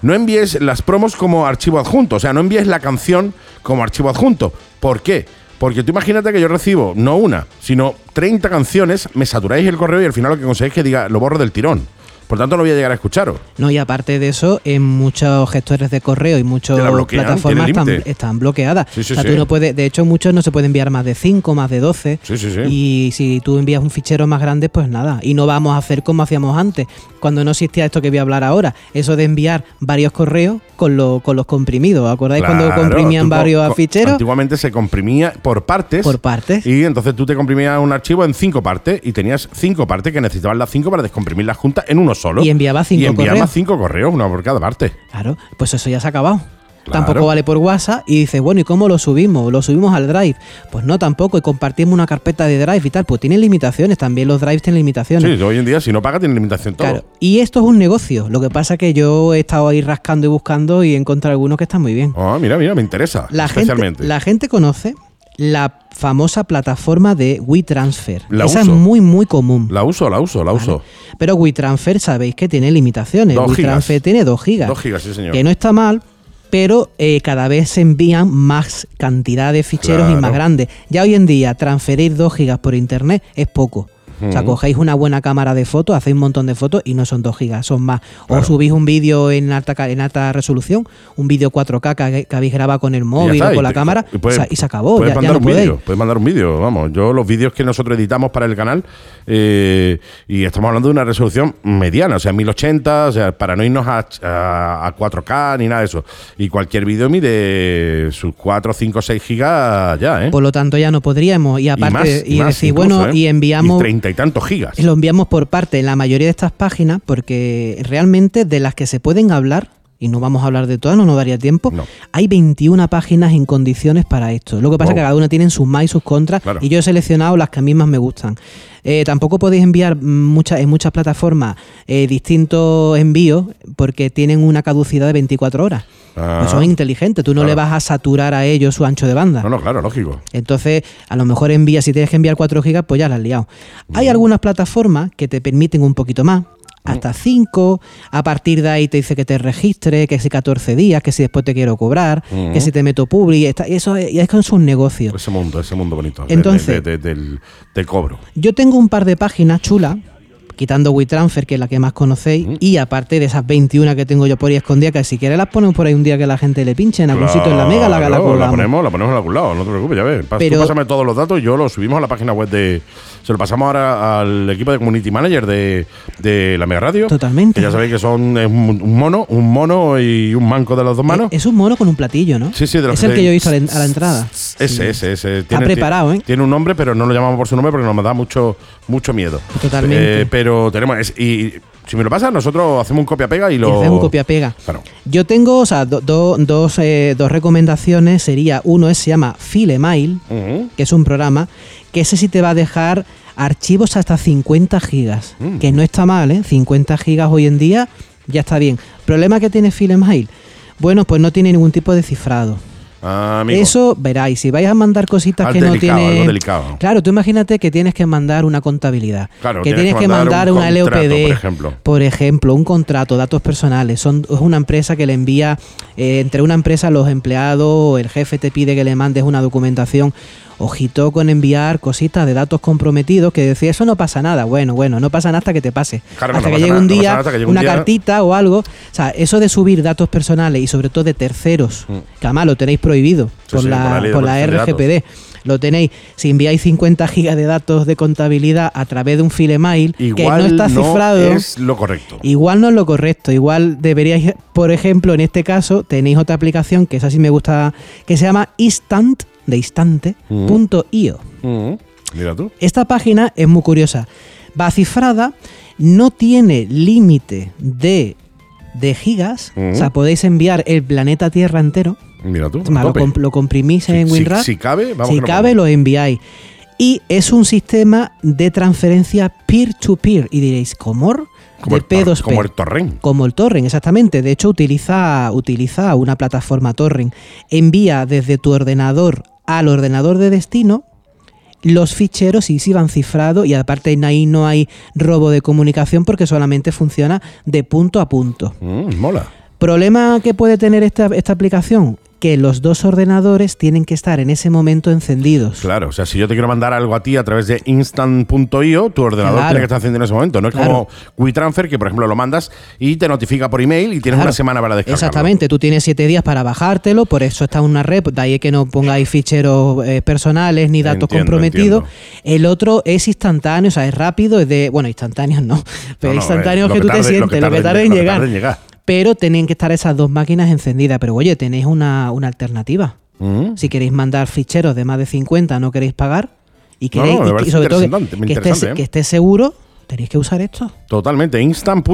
S3: no envíes las promos como archivo adjunto, o sea, no envíes la canción como archivo adjunto. ¿Por qué? Porque tú imagínate que yo recibo no una, sino 30 canciones, me saturáis el correo y al final lo que conseguís es que diga, lo borro del tirón. Por tanto, no voy a llegar a escucharos.
S4: No, y aparte de eso, en muchos gestores de correo y muchas
S3: Te la bloquean,
S4: plataformas
S3: tiene
S4: están,
S3: límite.
S4: están bloqueadas.
S3: Sí, sí,
S4: O sea, tú
S3: sí.
S4: no puedes- de hecho, muchos no se puede enviar más de 5, más de 12.
S3: Sí, sí, sí.
S4: Y si tú envías un fichero más grande, pues nada. Y no vamos a hacer como hacíamos antes, cuando no existía esto que voy a hablar ahora. Eso de enviar varios correos con, lo- con los comprimidos. ¿Acordáis cuando
S3: Claro,
S4: comprimían
S3: tú co-
S4: varios
S3: co-
S4: ficheros?
S3: Antiguamente se comprimía por partes.
S4: Por partes.
S3: Y entonces tú te comprimías un archivo en cinco partes y tenías cinco partes que necesitabas las cinco para descomprimirlas juntas en uno solo.
S4: Y enviaba cinco
S3: Y enviaba
S4: correos.
S3: cinco correos, uno por cada parte.
S4: Claro, pues eso ya se ha acabado.
S3: Claro.
S4: Tampoco vale por WhatsApp y dices, bueno, ¿y cómo lo subimos? ¿Lo subimos al Drive? Pues no, tampoco, y compartimos una carpeta de Drive y tal. Pues tienen limitaciones, también los Drives tienen limitaciones.
S3: Sí, hoy en día si no paga tiene limitación todo.
S4: Claro, y esto es un negocio. Lo que pasa es que yo he estado ahí rascando y buscando y he encontrado algunos que están muy bien.
S3: Ah, mira, mira, me interesa.
S4: La gente,
S3: especialmente.
S4: la gente conoce la famosa plataforma de WeTransfer.
S3: La
S4: Esa
S3: uso.
S4: es muy, muy común.
S3: La uso, la uso, la uso.
S4: Pero WeTransfer sabéis que tiene limitaciones.
S3: Dos gigas.
S4: WeTransfer tiene 2 gigas.
S3: Dos gigas, sí, señor.
S4: Que no está mal, pero eh, cada vez se envían más cantidad de ficheros y más
S3: Claro.
S4: grandes. Ya hoy en día, transferir 2 gigas por internet es poco. O sea, cogéis una buena cámara de fotos, hacéis un montón de fotos y no son 2 gigas, son más. O subís un vídeo en alta, ca- en alta resolución, un vídeo 4K que, que habéis grabado con el
S3: Y ya
S4: móvil
S3: está,
S4: o
S3: y
S4: con la
S3: te-
S4: cámara
S3: y puedes-
S4: o sea, y se acabó.
S3: Puedes
S4: Ya, ya
S3: mandar
S4: no
S3: un
S4: podéis.
S3: vídeo, puedes mandar un vídeo. Vamos, yo los vídeos que nosotros editamos para el canal eh, y estamos hablando de una resolución mediana, o sea, 1080, o sea, para no irnos a, a- a 4K ni nada de eso. Y cualquier vídeo mide sus 4, 5, 6 gigas ya, ¿eh?
S4: Por lo tanto, ya no podríamos. Y
S3: Y más,
S4: aparte, y,
S3: más
S4: decir,
S3: incluso,
S4: bueno,
S3: ¿eh?
S4: y enviamos.
S3: Treinta y tantos gigas.
S4: Lo enviamos por parte en la mayoría de estas páginas porque realmente de las que se pueden hablar, y no vamos a hablar de todas, no nos daría tiempo,
S3: No.
S4: hay 21 páginas en condiciones para esto. Lo que pasa es que
S3: Wow.
S4: cada una tiene sus más y sus contras
S3: Claro.
S4: y yo he seleccionado las que a mí más me gustan. Eh, tampoco podéis enviar muchas, en muchas plataformas eh, distintos envíos porque tienen una caducidad de 24 horas.
S3: Ah.
S4: Pues son inteligentes, tú no
S3: Claro.
S4: le vas a saturar a ellos su ancho de banda.
S3: No, no, claro, lógico.
S4: Entonces, a lo mejor envía, si tienes que enviar 4 gigas, pues ya la has liado. Hay algunas plataformas que te permiten un poquito más, hasta 5. A partir de ahí te dice que te registre, que si 14 días, que si después te quiero cobrar, que si te meto publi. está- Eso es, y es con sus negocios.
S3: Ese mundo, ese mundo bonito. de-
S4: Entonces-
S3: de- de- del, del cobro.
S4: Yo tengo un par de páginas chulas, quitando WeTransfer, que es la que más conocéis, y aparte de esas 21 que tengo yo por ahí escondidas, que si quieres las ponemos por ahí un día que la gente le pinche en algún sitito en la mega, la, la,
S3: Claro, la
S4: colgamos.
S3: ponemos, la ponemos en algún lado, no te preocupes, ya ves. Pas-
S4: Pero-
S3: tú pásame todos los datos y yo los subimos a la página web de. Se lo pasamos ahora al equipo de community manager de, de la Mega Radio.
S4: Totalmente.
S3: Que ya sabéis que son es un un mono, un mono y un manco de las dos manos.
S4: Eh, Es un mono con un platillo, ¿no?
S3: Sí, sí, de los
S4: Es el
S3: de-
S4: que yo hice a la, a la entrada.
S3: Ese, ese, ese.
S4: preparado, ¿eh?
S3: Tiene un nombre, pero no lo llamamos por su nombre porque nos da mucho, mucho miedo.
S4: Totalmente.
S3: Eh, pero tenemos. es- y si me lo pasas, nosotros hacemos un copia-pega y
S4: Y
S3: lo.
S4: hacemos un copia-pega.
S3: Claro.
S4: Yo tengo, o sea, do- do- dos, eh, dos recomendaciones. Sería, uno es, se llama Filemail,
S3: Ujú.
S4: que es un programa, que ese sí te va a dejar archivos hasta 50 gigas,
S3: Mm.
S4: que no está mal, ¿eh? 50 gigas hoy en día ya está bien. ¿Problema que tiene Filemail? Bueno, pues no tiene ningún tipo de cifrado.
S3: Ah, amigo.
S4: Eso veráis, si vais a mandar cositas
S3: Algo
S4: que no
S3: delicado,
S4: tiene.
S3: algo delicado.
S4: Claro, tú imagínate que tienes que mandar una contabilidad.
S3: Claro,
S4: que tienes, que mandar,
S3: un
S4: una
S3: contrato,
S4: LOPD.
S3: por ejemplo.
S4: Por ejemplo, un contrato, datos personales. Son, es una empresa que le envía, eh, entre una empresa, a los empleados, el jefe te pide que le mandes una documentación. Ojito con enviar cositas de datos comprometidos que decía, eso no pasa nada. Bueno, bueno, no pasa nada hasta que te pase.
S3: Claro que
S4: hasta,
S3: no
S4: que
S3: pasa
S4: llegue
S3: nada,
S4: un
S3: no pasa
S4: día,
S3: nada hasta que llegue un
S4: una
S3: día.
S4: cartita cita o algo. O sea, eso de subir datos personales y sobre todo de terceros, que además lo tenéis prohibido
S3: Mm. Sí,
S4: por,
S3: sí,
S4: la,
S3: por la ley de
S4: por la
S3: protección de
S4: RGPD. Lo tenéis. Si enviáis 50 gigas de datos de contabilidad a través de un filemail que no
S3: Igual
S4: está cifrado,
S3: es lo correcto.
S4: igual no es lo correcto. Igual deberíais, por ejemplo, en este caso, tenéis otra aplicación que esa sí me gusta, que se llama instant, de
S3: Mm.
S4: instante.io.
S3: Ujú. Mira tú.
S4: Esta página es muy curiosa. Va cifrada, no tiene límite de, de gigas.
S3: Mm.
S4: O sea, podéis enviar el planeta Tierra entero.
S3: Mira tú. a
S4: Toma, lo,
S3: tope.
S4: comp- lo comprimís
S3: Si-
S4: en
S3: si-
S4: WinRAR.
S3: si cabe, vamos
S4: Si
S3: que lo
S4: cabe, lo enviáis. Y es un sistema de transferencia peer-to-peer. Y diréis, ¿comor?
S3: Como
S4: de
S3: el tor-
S4: P2P.
S3: como el torrent.
S4: Como el torrent, exactamente. De hecho, utiliza, utiliza una plataforma torrent. Envía desde tu ordenador al ordenador de destino los ficheros y si van cifrados y aparte ahí no hay robo de comunicación porque solamente funciona de punto a punto.
S3: Mm, mola.
S4: Problema que puede tener esta, esta aplicación, que los dos ordenadores tienen que estar en ese momento encendidos.
S3: Claro, o sea, si yo te quiero mandar algo a ti a través de instant.io, tu ordenador
S4: Claro.
S3: tiene que estar haciendo en ese momento. No es como
S4: Claro.
S3: WeTransfer, que por ejemplo lo mandas y te notifica por email y tienes
S4: Claro.
S3: una semana para descargarlo.
S4: Exactamente, tú tienes siete días para bajártelo, por eso está en una red, de ahí que no pongáis ficheros eh, personales ni datos
S3: Entiendo,
S4: comprometidos. El otro es instantáneo, o sea, es rápido, es de, bueno, instantáneos no,
S3: No, no,
S4: pero instantáneos
S3: eh, lo
S4: que,
S3: que
S4: tú
S3: tarde-
S4: te
S3: lo
S4: sientes, lo que tarda
S3: tarde en-
S4: en
S3: lo que
S4: llegar.
S3: tarde en llegar.
S4: Pero tienen que estar esas dos máquinas encendidas, pero oye, tenéis una, una alternativa.
S3: Mm.
S4: Si queréis mandar ficheros de más de 50, no queréis pagar. Y,
S3: No,
S4: queréis,
S3: no, me
S4: y- y
S3: parece
S4: sobre todo
S3: interesante,
S4: que, que estés,
S3: interesante, ¿eh?
S4: que estés seguro, tenéis que usar esto.
S3: Totalmente,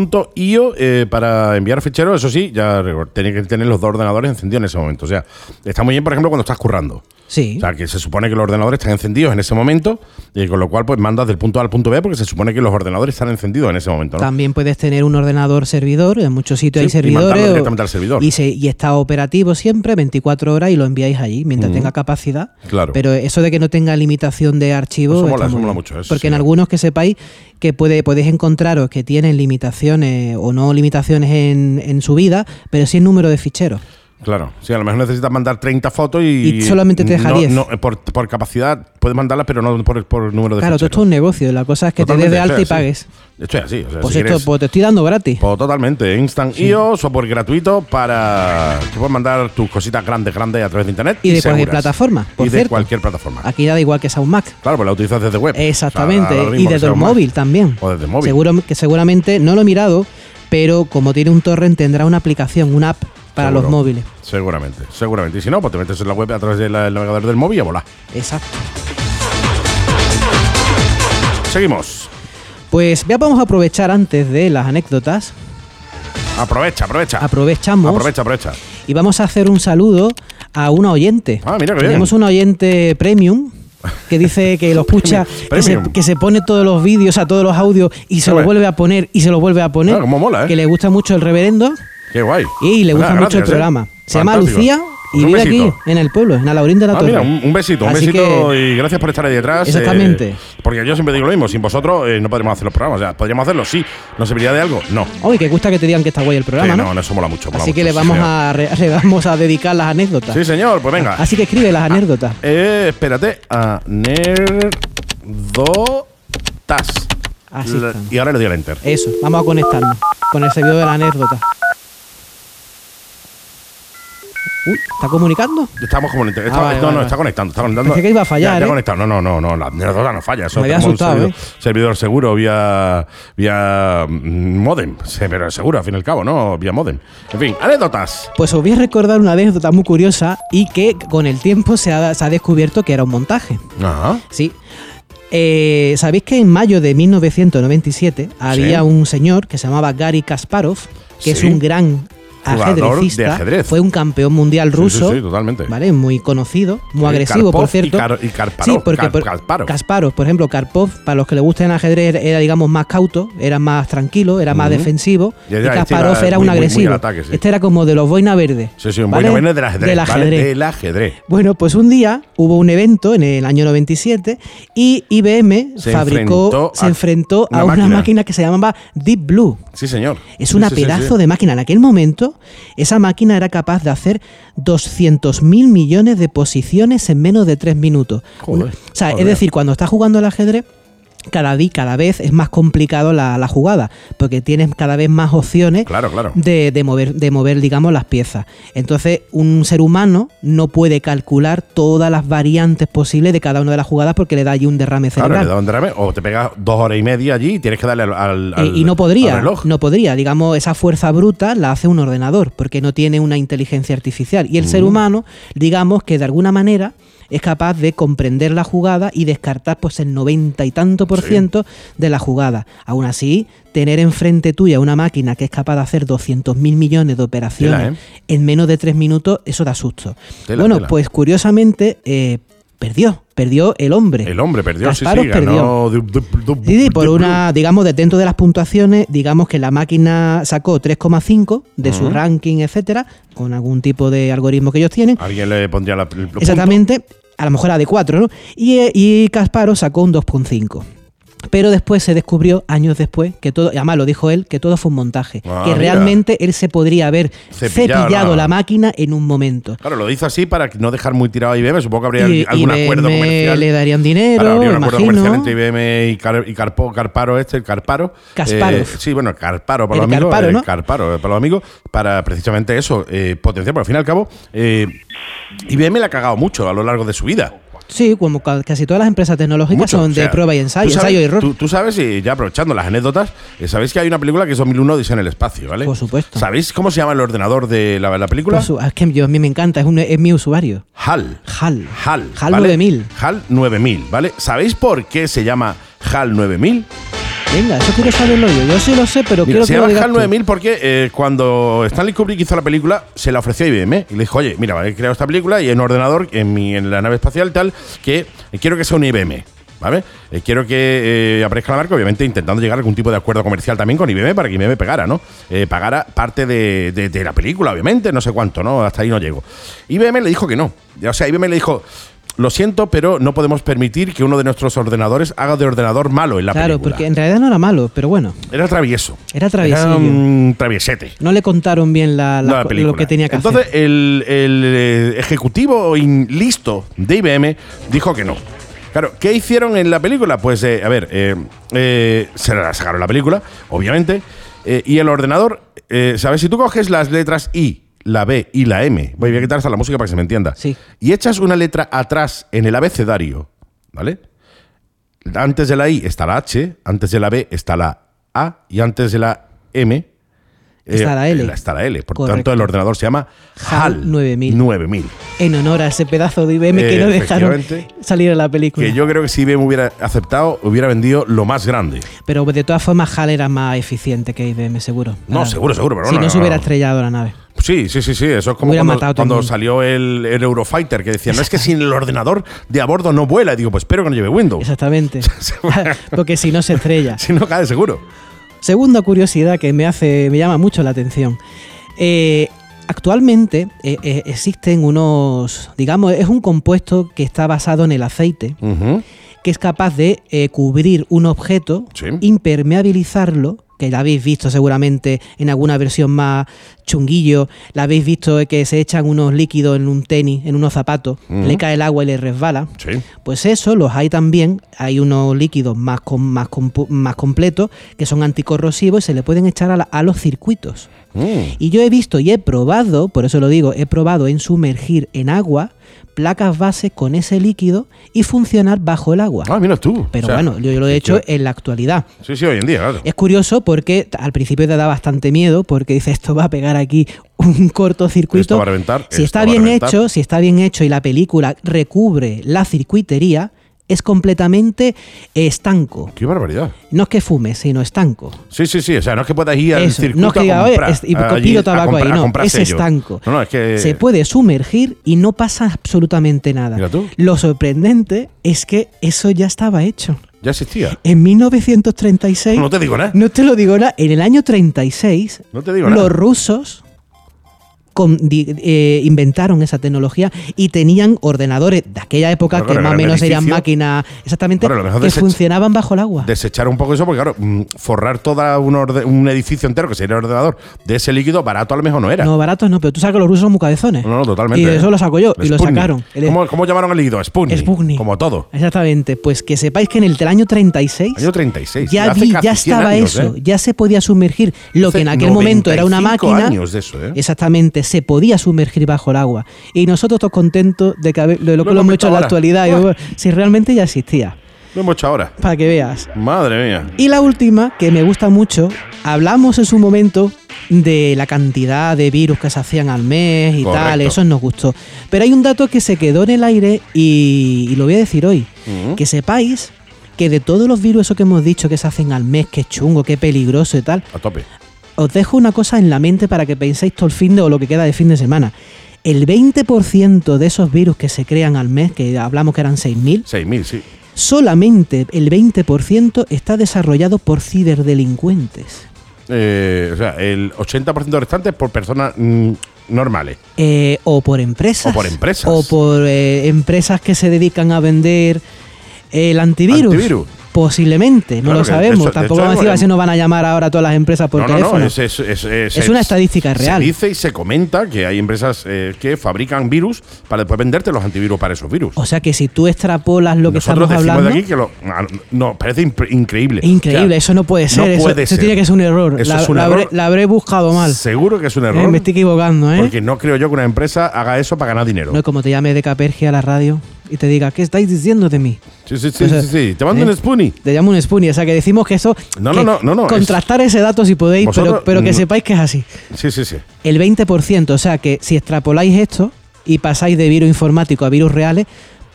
S3: instant.io eh, para enviar ficheros, eso sí, ya re- tenés que tener los dos ordenadores encendidos en ese momento. O sea, está muy bien, por ejemplo, cuando estás currando.
S4: Sí.
S3: O sea, que se supone que los ordenadores están encendidos en ese momento, y con lo cual pues mandas del punto A al punto B porque se supone que los ordenadores están encendidos en ese momento, ¿no?
S4: También puedes tener un ordenador servidor, en muchos sitios
S3: Sí,
S4: hay
S3: y
S4: servidores.
S3: mandarlo
S4: o-
S3: directamente al servidor.
S4: Y, se- y está operativo siempre, 24 horas, y lo enviáis allí, mientras tenga capacidad.
S3: Claro.
S4: Pero eso de que no tenga limitación de archivo.
S3: Eso mola,
S4: está
S3: eso
S4: muy
S3: mola
S4: bien.
S3: mucho, eso
S4: Porque
S3: sí,
S4: en
S3: claro.
S4: algunos que sepáis que puede, podéis encontraros que tienen limitaciones o no limitaciones en, en su vida, pero sí en número de ficheros.
S3: Claro, sí, a lo mejor necesitas mandar 30 fotos y,
S4: Y solamente te deja
S3: no-
S4: 10.
S3: no, eh, por, por capacidad puedes mandarlas, pero no por, por número de
S4: Claro, todo esto es
S3: ficheros.
S4: un negocio. La cosa es que te
S3: Totalmente,
S4: des de alta y
S3: esto es
S4: pagues.
S3: así. Esto es así. o sea,
S4: Pues
S3: si
S4: esto,
S3: quieres-
S4: pues te estoy dando gratis.
S3: Pues totalmente, Instant.io, software gratuito para que puedas mandar tus cositas grandes, grandes a través de internet.
S4: Y de cualquier
S3: seguras.
S4: plataforma, por
S3: y de
S4: cierto.
S3: cualquier plataforma.
S4: Aquí da igual que sea un Mac.
S3: Claro, pues la utilizas desde web. O
S4: Exactamente.
S3: sea, da lo mismo
S4: y
S3: que
S4: desde
S3: sea
S4: el
S3: un Mac.
S4: móvil también.
S3: O desde el móvil.
S4: Seguro que seguramente no lo he mirado, pero como tiene un torrent tendrá una aplicación, una app para
S3: Seguro.
S4: los móviles.
S3: Seguramente, seguramente. Y si no, pues te metes en la web a través del navegador del móvil y a volar.
S4: Exacto.
S3: Seguimos.
S4: Pues ya vamos a aprovechar antes de las anécdotas.
S3: Aprovecha, aprovecha.
S4: Aprovechamos
S3: Aprovecha, aprovecha.
S4: y vamos a hacer un saludo a una oyente.
S3: Ah, mira qué bien.
S4: Tenemos una oyente premium que dice que lo escucha, que se,
S3: Premium.
S4: que se pone todos los vídeos, a todos los audios y se
S3: A
S4: los
S3: ver.
S4: vuelve a poner y se los vuelve a poner.
S3: Ah, cómo mola, ¿eh?
S4: Que le gusta mucho el reverendo.
S3: Qué guay.
S4: Y le gusta
S3: Nada,
S4: mucho el
S3: gracias, ¿eh?
S4: programa. Se llama
S3: Fantástico.
S4: Lucía
S3: Pues
S4: y
S3: un
S4: vive
S3: besito.
S4: aquí, en el pueblo, en Alaurín de la
S3: Ah,
S4: Torre.
S3: mira, un, un besito, un
S4: Así
S3: besito
S4: que-
S3: y gracias por estar ahí detrás.
S4: Exactamente.
S3: eh, porque yo siempre digo lo mismo, sin vosotros eh, no podríamos hacer los programas. O sea, podríamos hacerlo, sí. ¿Nos serviría de algo? No.
S4: Oye, que gusta que te digan que está guay el programa,
S3: Sí,
S4: ¿no?
S3: no, no, eso mola mucho. mola
S4: Así que
S3: mucho,
S4: le
S3: sí,
S4: vamos
S3: señor.
S4: a, re- le vamos a dedicar las anécdotas.
S3: Sí, señor, pues venga.
S4: Así que escribe las anécdotas.
S3: Eh, espérate. Anerdotas.
S4: Así
S3: La-
S4: están.
S3: Y ahora le doy al enter.
S4: Eso, vamos a conectarnos con el servidor de la anécdota. Uy, ¿está comunicando?
S3: Estamos como en enter. Está,
S4: Ah, vale,
S3: no,
S4: vale,
S3: no,
S4: vale.
S3: está conectando. Está conectando.
S4: Pensé que iba a fallar,
S3: Ya, ya
S4: ¿eh?
S3: conectado. No, no, no, no. La anerdota no falla. Eso
S4: Me había
S3: tenemos un
S4: asustado,
S3: servidor,
S4: ¿eh?
S3: servidor seguro vía, vía mm, modem. Se- Pero seguro, al fin y al cabo, ¿no? Vía modem. En fin, anécdotas.
S4: Pues os voy a recordar una anécdota muy curiosa y que con el tiempo se ha- se ha descubierto que era un montaje.
S3: Ajá.
S4: Sí. Eh, ¿Sabéis que en mayo de 1997 había un señor que se llamaba Gary Kasparov, que es
S3: Sí.
S4: un gran
S3: Jugador de
S4: ajedrecista,
S3: ajedrez.
S4: fue un campeón mundial
S3: sí,
S4: ruso,
S3: sí, totalmente.
S4: ¿vale? Muy conocido, muy
S3: Sí,
S4: agresivo,
S3: Karpov
S4: por cierto.
S3: y Kar- y Karparov,
S4: sí, porque
S3: Kar-
S4: por-
S3: Kasparov.
S4: Kasparov, por ejemplo, Karpov, para los que le gusten el ajedrez, era digamos más cauto, era más tranquilo, era más
S3: Ujú.
S4: defensivo,
S3: Y
S4: y,
S3: era- este
S4: Kasparov
S3: era
S4: era
S3: muy- muy- muy
S4: un
S3: al
S4: agresivo.
S3: ataque, sí.
S4: Este era como de los boina verdes.
S3: Sí, sí, un
S4: ¿vale?
S3: buen del ajedrez.
S4: Del
S3: ¿vale?
S4: ajedrez.
S3: Del ajedrez.
S4: Bueno, pues un día hubo un evento en el año 97 y IBM
S3: Se
S4: fabricó,
S3: enfrentó a
S4: se enfrentó
S3: una
S4: a una
S3: máquina.
S4: máquina. que se llamaba Deep Blue.
S3: Sí, señor.
S4: Es una pedazo de máquina. En aquel momento, esa máquina era capaz de hacer 200.000 millones de posiciones en menos de 3 minutos.
S3: Joder,
S4: o sea,
S3: joder.
S4: es decir, cuando estás jugando al ajedrez, cada, di- cada vez es más complicado la, la jugada, porque tienes cada vez más opciones
S3: Claro, claro.
S4: de, de mover, de mover, digamos, las piezas. Entonces, un ser humano no puede calcular todas las variantes posibles de cada una de las jugadas porque le da allí un derrame
S3: Claro,
S4: cerebral.
S3: le da un derrame, o te pegas dos horas y media allí y tienes que darle al, al-
S4: Eh,
S3: al-
S4: y no podría,
S3: al reloj.
S4: no podría, digamos, esa fuerza bruta la hace un ordenador, porque no tiene una inteligencia artificial. Y el ser humano, digamos que de alguna manera es capaz de comprender la jugada y descartar pues el noventa y tanto por 50% de la jugada. Aún así, tener enfrente tuya una máquina que es capaz de hacer 200.000 millones de operaciones
S3: Tela, ¿eh?
S4: en menos de 3 minutos, eso da susto.
S3: Tela,
S4: bueno,
S3: tela.
S4: pues curiosamente eh, perdió, perdió el hombre.
S3: El hombre perdió,
S4: Kasparov
S3: sí, sí,
S4: perdió.
S3: ganó. du- du- du-
S4: Sí, sí, por
S3: du-
S4: una, digamos, de dentro de las puntuaciones, digamos que la máquina sacó 3,5 de su ranking, etcétera, con algún tipo de algoritmo que ellos tienen.
S3: Alguien le pondría la, el punto.
S4: Exactamente, a lo mejor era de 4, ¿no? Y, eh, y Kasparov sacó un 2,5. Pero después se descubrió, años después, que todo, y además lo dijo él, que todo fue un montaje.
S3: Ah,
S4: que
S3: mira.
S4: realmente él se podría haber
S3: Cepillado
S4: cepillado,
S3: la-
S4: la máquina en un momento.
S3: Claro, lo hizo así para no dejar muy tirado a IBM. Supongo que habría
S4: Y-
S3: algún
S4: IBM
S3: acuerdo comercial.
S4: Le darían dinero,
S3: Claro, habría un acuerdo
S4: imagino.
S3: comercial entre IBM y, Car- y Carpo- Carparo, este, el Carparo.
S4: Kasparov.
S3: Eh, sí, bueno, Carparo para
S4: El
S3: los amigos.
S4: Carparo,
S3: eh,
S4: ¿no?
S3: Carparo para los amigos, para precisamente eso, eh, potenciar. Porque al fin y al cabo, eh, IBM le ha cagado mucho a lo largo de su vida.
S4: Sí, como ca- casi todas las empresas tecnológicas
S3: Mucho,
S4: son
S3: o sea,
S4: de prueba y ensayo,
S3: tú sabes-
S4: ensayo y error.
S3: Tú, tú sabes, y ya aprovechando las anécdotas, eh, sabéis que hay una película que es 2001 dice en el espacio, ¿vale?
S4: Por supuesto.
S3: ¿Sabéis cómo se llama el ordenador de la, la película?
S4: Por su- es que yo, a mí me encanta, es, un- es mi usuario.
S3: HAL.
S4: HAL.
S3: HAL.
S4: HAL
S3: ¿vale?
S4: 9000.
S3: HAL 9000, ¿vale? ¿Sabéis por qué se llama HAL 9000?
S4: Venga, eso quiero saberlo yo. Yo sí lo sé, pero
S3: Mira,
S4: quiero
S3: se
S4: que lo
S3: llama
S4: digas
S3: HAL
S4: tú.
S3: 9000 porque eh, cuando Stanley Kubrick hizo la película, se la ofreció a IBM y le dijo, oye, mira, he creado esta película y en un ordenador, en, mi, en la nave espacial tal, que eh, quiero que sea un IBM. ¿Vale? Eh, quiero que eh, aparezca la marca, obviamente intentando llegar a algún tipo de acuerdo comercial también con IBM para que IBM pegara, ¿no? Eh, pagara parte de, de- de la película, obviamente, no sé cuánto, ¿no? Hasta ahí no llego. IBM le dijo que no. O sea, IBM le dijo, lo siento, pero no podemos permitir que uno de nuestros ordenadores haga de ordenador malo en la
S4: Claro,
S3: película.
S4: porque en realidad no era malo, pero bueno,
S3: Era travieso.
S4: Era traviesillo.
S3: Era un traviesete.
S4: no le contaron bien la, la-
S3: No, la película.
S4: lo que tenía que
S3: Entonces,
S4: hacer.
S3: el, el, eh, ejecutivo in- listo de IBM dijo que no. Claro, ¿qué hicieron en la película? Pues, eh, a ver, eh, eh, se la sacaron la película, obviamente, eh, y el ordenador, eh, ¿sabes? Si tú coges las letras I, la B y la M, voy a quitar hasta la música para que se me entienda,
S4: Sí.
S3: y echas una letra atrás en el abecedario, ¿vale? Antes de la I está la H, antes de la B está la A y antes de la M eh,
S4: Está la L.
S3: Está la L. Por
S4: Correcto.
S3: tanto, el ordenador se llama
S4: HAL
S3: HAL
S4: 9000.
S3: 9000.
S4: En honor a ese pedazo de IBM que
S3: Eh,
S4: no dejaron
S3: efectivamente.
S4: salir a la película.
S3: Que yo creo que si IBM hubiera aceptado, hubiera vendido lo más grande.
S4: Pero de todas formas, HAL era más eficiente que IBM, seguro.
S3: No,
S4: Para-
S3: seguro, seguro, pero
S4: Si no,
S3: no,
S4: se hubiera
S3: no.
S4: estrellado la nave.
S3: Sí, sí, sí, sí. Eso es como
S4: Hubiera
S3: cuando,
S4: matado a todo
S3: cuando
S4: el mundo.
S3: salió el, el Eurofighter, que decía, no es que sin el ordenador de a bordo no vuela. Y digo, pues espero que no lleve Windows.
S4: Exactamente. Porque si no se estrella.
S3: Si no, cae seguro.
S4: Segunda curiosidad que me hace, me llama mucho la atención. Eh, actualmente eh, eh, existen unos, digamos, es un compuesto que está basado en el aceite,
S3: Ujú.
S4: que es capaz de eh, cubrir un objeto,
S3: Sí.
S4: impermeabilizarlo, que la habéis visto seguramente en alguna versión más chunguillo, la habéis visto eh, que se echan unos líquidos en un tenis, en unos zapatos, le cae el agua y le resbala.
S3: Sí.
S4: Pues eso los hay también, hay unos líquidos más, com- más, compu- más completos que son anticorrosivos y se le pueden echar a, la- a los circuitos.
S3: Mm.
S4: Y yo he visto y he probado, por eso lo digo, he probado en sumergir en agua placas base con ese líquido y funcionar bajo el agua.
S3: Ah, mira tú.
S4: Pero
S3: O sea,
S4: bueno, yo, yo lo he
S3: sí,
S4: hecho
S3: claro.
S4: en la actualidad.
S3: Sí, sí, hoy en día, claro.
S4: Es curioso porque t- al principio te da bastante miedo porque dices esto va a pegar aquí un cortocircuito.
S3: Esto va a reventar, esto
S4: Si está
S3: va a
S4: bien
S3: reventar.
S4: hecho, si está bien hecho y la película recubre la circuitería, es completamente estanco.
S3: Qué barbaridad.
S4: No es que fume, sino estanco.
S3: Sí, sí, sí. O sea, no es que puedas ir al
S4: Eso,
S3: circuito
S4: no es que diga,
S3: a
S4: "Oye,
S3: comprar,
S4: es- y
S3: allí
S4: pido
S3: a
S4: tabaco
S3: comprar- a
S4: ahí, no,
S3: comprar
S4: es
S3: sellos.
S4: estanco.
S3: No, no, es que
S4: Se puede sumergir y no pasa absolutamente nada.
S3: Mira tú.
S4: Lo sorprendente es que eso ya estaba hecho.
S3: ya existía.
S4: En 1936.
S3: No te digo nada.
S4: No te lo digo nada. En el año 36,
S3: ¿Eh? No te digo
S4: los
S3: nada.
S4: rusos con- di- eh, inventaron esa tecnología y tenían ordenadores de aquella época
S3: Claro,
S4: que
S3: claro,
S4: más o
S3: en el
S4: menos eran
S3: edificio.
S4: máquinas exactamente
S3: Claro, a lo mejor
S4: que
S3: desech-
S4: funcionaban bajo el agua.
S3: Desechar un poco eso, porque claro, mm, forrar todo un, orde- un edificio entero, que sería el ordenador, de ese líquido barato a lo mejor no era.
S4: No, baratos no, pero tú sabes que los rusos son muy cabezones.
S3: No, no, totalmente.
S4: Y eso
S3: ¿eh?
S4: lo saco yo
S3: El
S4: y lo
S3: Sputnik.
S4: sacaron. El-
S3: ¿Cómo, cómo llamaron el líquido? Sputnik.
S4: Sputnik.
S3: Como todo.
S4: Exactamente, pues que sepáis que en el del año 36,
S3: Año 36,
S4: ya,
S3: hace
S4: vi-
S3: casi
S4: ya
S3: 100
S4: estaba
S3: años,
S4: eso,
S3: ¿eh?
S4: ya se podía sumergir lo
S3: Hace
S4: que en aquel momento era una
S3: 95
S4: máquina.
S3: años de eso, ¿eh?
S4: Exactamente, se podía sumergir bajo el agua. Y nosotros todos contentos de, que, habe- de lo que
S3: Lo hemos
S4: lo hemos
S3: hecho
S4: hecho en la
S3: ahora.
S4: actualidad, y
S3: Buah.
S4: bueno, si realmente ya existía,
S3: Lo hemos hecho ahora.
S4: para que veas.
S3: Madre mía.
S4: Y la última, que me gusta mucho, hablamos en su momento de la cantidad de virus que se hacían al mes y
S3: Correcto.
S4: tal, eso nos gustó. Pero hay un dato que se quedó en el aire y, y lo voy a decir hoy. Que sepáis que de todos los virus eso que hemos dicho que se hacen al mes, que es chungo, que es peligroso y tal,
S3: A tope.
S4: os dejo una cosa en la mente para que penséis todo el fin de o lo que queda de fin de semana. El 20% de esos virus que se crean al mes, que hablamos que eran 6.000,
S3: 6.000, sí.
S4: solamente el 20% está desarrollado por ciberdelincuentes.
S3: Eh, o sea, el 80% restante es por personas mm, normales.
S4: Eh, o por empresas.
S3: O por empresas.
S4: O por eh, empresas que se dedican a vender eh, el antivirus.
S3: Antivirus.
S4: Posiblemente, no
S3: Claro
S4: lo
S3: que de
S4: sabemos.
S3: hecho- de
S4: Tampoco
S3: hecho
S4: vamos a decir
S3: hemos-
S4: si nos van a llamar ahora todas las empresas por
S3: no, no,
S4: teléfono.
S3: no, es, es- es- es-
S4: Es una estadística real.
S3: Se dice y se comenta que hay empresas eh, que fabrican virus para después venderte los antivirus para esos virus.
S4: O sea que si tú extrapolas lo que
S3: Nosotros
S4: estamos
S3: decimos
S4: hablando.
S3: de aquí que lo, ah, no, parece impre- increíble.
S4: Increíble,
S3: O sea,
S4: eso no puede ser. eso,
S3: puede
S4: eso
S3: ser.
S4: tiene que ser un error.
S3: Eso
S4: la,
S3: es un
S4: la
S3: error.
S4: Habré, la habré buscado mal.
S3: Seguro que es un
S4: Eh,
S3: error.
S4: me estoy equivocando, ¿eh?
S3: Porque no creo yo que una empresa haga eso para ganar dinero.
S4: No es como te llame de Capergia a la radio y te diga, ¿qué estáis diciendo de mí?
S3: sí, sí, sí,
S4: O sea,
S3: sí, sí. Te mando
S4: ¿eh?
S3: un Spoonie.
S4: Te llamo un Spoonie. O sea, que decimos que eso.
S3: No,
S4: que
S3: no, no, no, no, es-
S4: Contrastar ese dato si podéis,
S3: Vosotros-
S4: pero, pero que
S3: no.
S4: sepáis que es así.
S3: Sí, sí, sí.
S4: El 20%, o sea, que si extrapoláis esto y pasáis de virus informático a virus reales,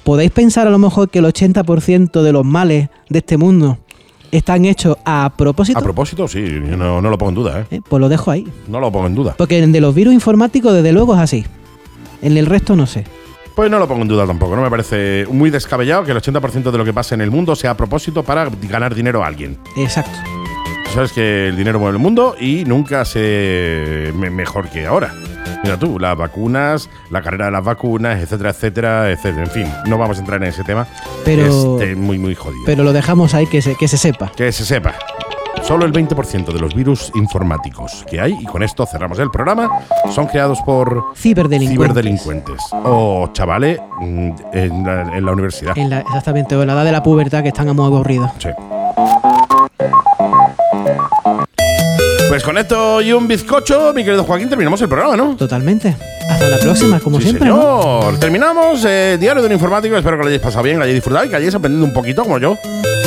S4: podéis pensar a lo mejor que el 80% de los males de este mundo están hechos a propósito.
S3: A propósito, sí, yo no, no lo pongo en duda, ¿eh?
S4: ¿eh? Pues lo dejo ahí.
S3: No lo pongo en duda.
S4: Porque de los virus informáticos, desde luego, es así. En el resto no sé.
S3: Pues no lo pongo en duda tampoco. No me parece muy descabellado que el 80% de lo que pasa en el mundo sea a propósito para ganar dinero a alguien.
S4: Exacto.
S3: Tú Sabes que el dinero mueve el mundo y nunca se me- mejor que ahora. Mira tú, las vacunas, la carrera de las vacunas, etcétera, etcétera, etcétera. En fin, no vamos a entrar en ese tema.
S4: Pero-
S3: Este, muy, muy jodido.
S4: Pero lo dejamos ahí que se, que se sepa.
S3: Que se sepa. Solo el 20% de los virus informáticos que hay, y con esto cerramos el programa, son creados por
S4: Ciberdelincuentes.
S3: ciberdelincuentes o chavales mm, en la, en la universidad.
S4: En la- exactamente, o en la edad de la pubertad que están muy aburridos.
S3: Sí. Pues con esto y un bizcocho, mi querido Joaquín, terminamos el programa, ¿no?
S4: Totalmente. Hasta la próxima, como
S3: Sí,
S4: siempre. ¿no?
S3: señor. Terminamos eh, Diario de un Informático. Espero que lo hayáis pasado bien, que lo hayáis disfrutado y que hayáis aprendido un poquito como yo.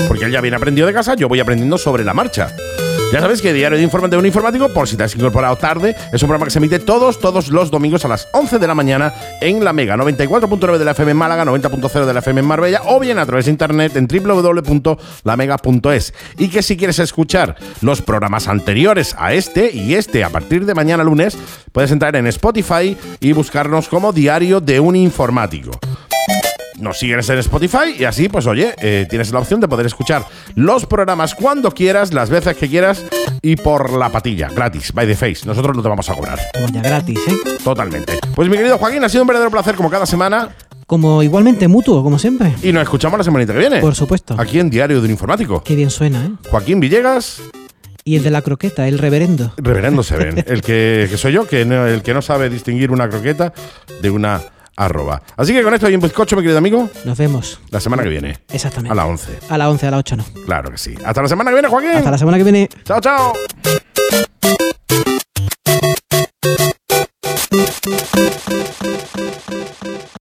S3: Porque él ya viene aprendido de casa, yo voy aprendiendo sobre la marcha. Ya sabéis que Diario de, Informa- de un Informático, por si te has incorporado tarde, es un programa que se emite todos, todos los domingos a las 11 de la mañana en la Mega 94.9 de la FM en Málaga, 90.0 de la FM en Marbella o bien a través de internet en www.lamega.es. Y que si quieres escuchar los programas anteriores a este y este a partir de mañana lunes, puedes entrar en Spotify y buscarnos como Diario de un Informático nos sigues en Spotify y así, pues oye, eh, tienes la opción de poder escuchar los programas cuando quieras, las veces que quieras y por la patilla, gratis, by the face. Nosotros no te vamos a cobrar,
S4: Como ya gratis, ¿eh?
S3: totalmente. Pues mi querido Joaquín, ha sido un verdadero placer como cada semana
S4: Como igualmente mutuo, como siempre.
S3: y nos escuchamos la semanita que viene.
S4: Por supuesto.
S3: Aquí en Diario de un Informático.
S4: Qué bien suena, ¿eh?
S3: Joaquín Villegas,
S4: Y el de la croqueta, el reverendo.
S3: reverendo se ven, el que, que soy yo, que no- el que no sabe distinguir una croqueta de una arroba. Así que con esto hay un bizcocho, mi querido amigo,
S4: Nos vemos.
S3: la semana que viene.
S4: Exactamente.
S3: A las 11.
S4: A las 11, a las 8 no.
S3: Claro que sí. Hasta la semana que viene, Joaquín.
S4: Hasta la semana que viene.
S3: Chao, chao.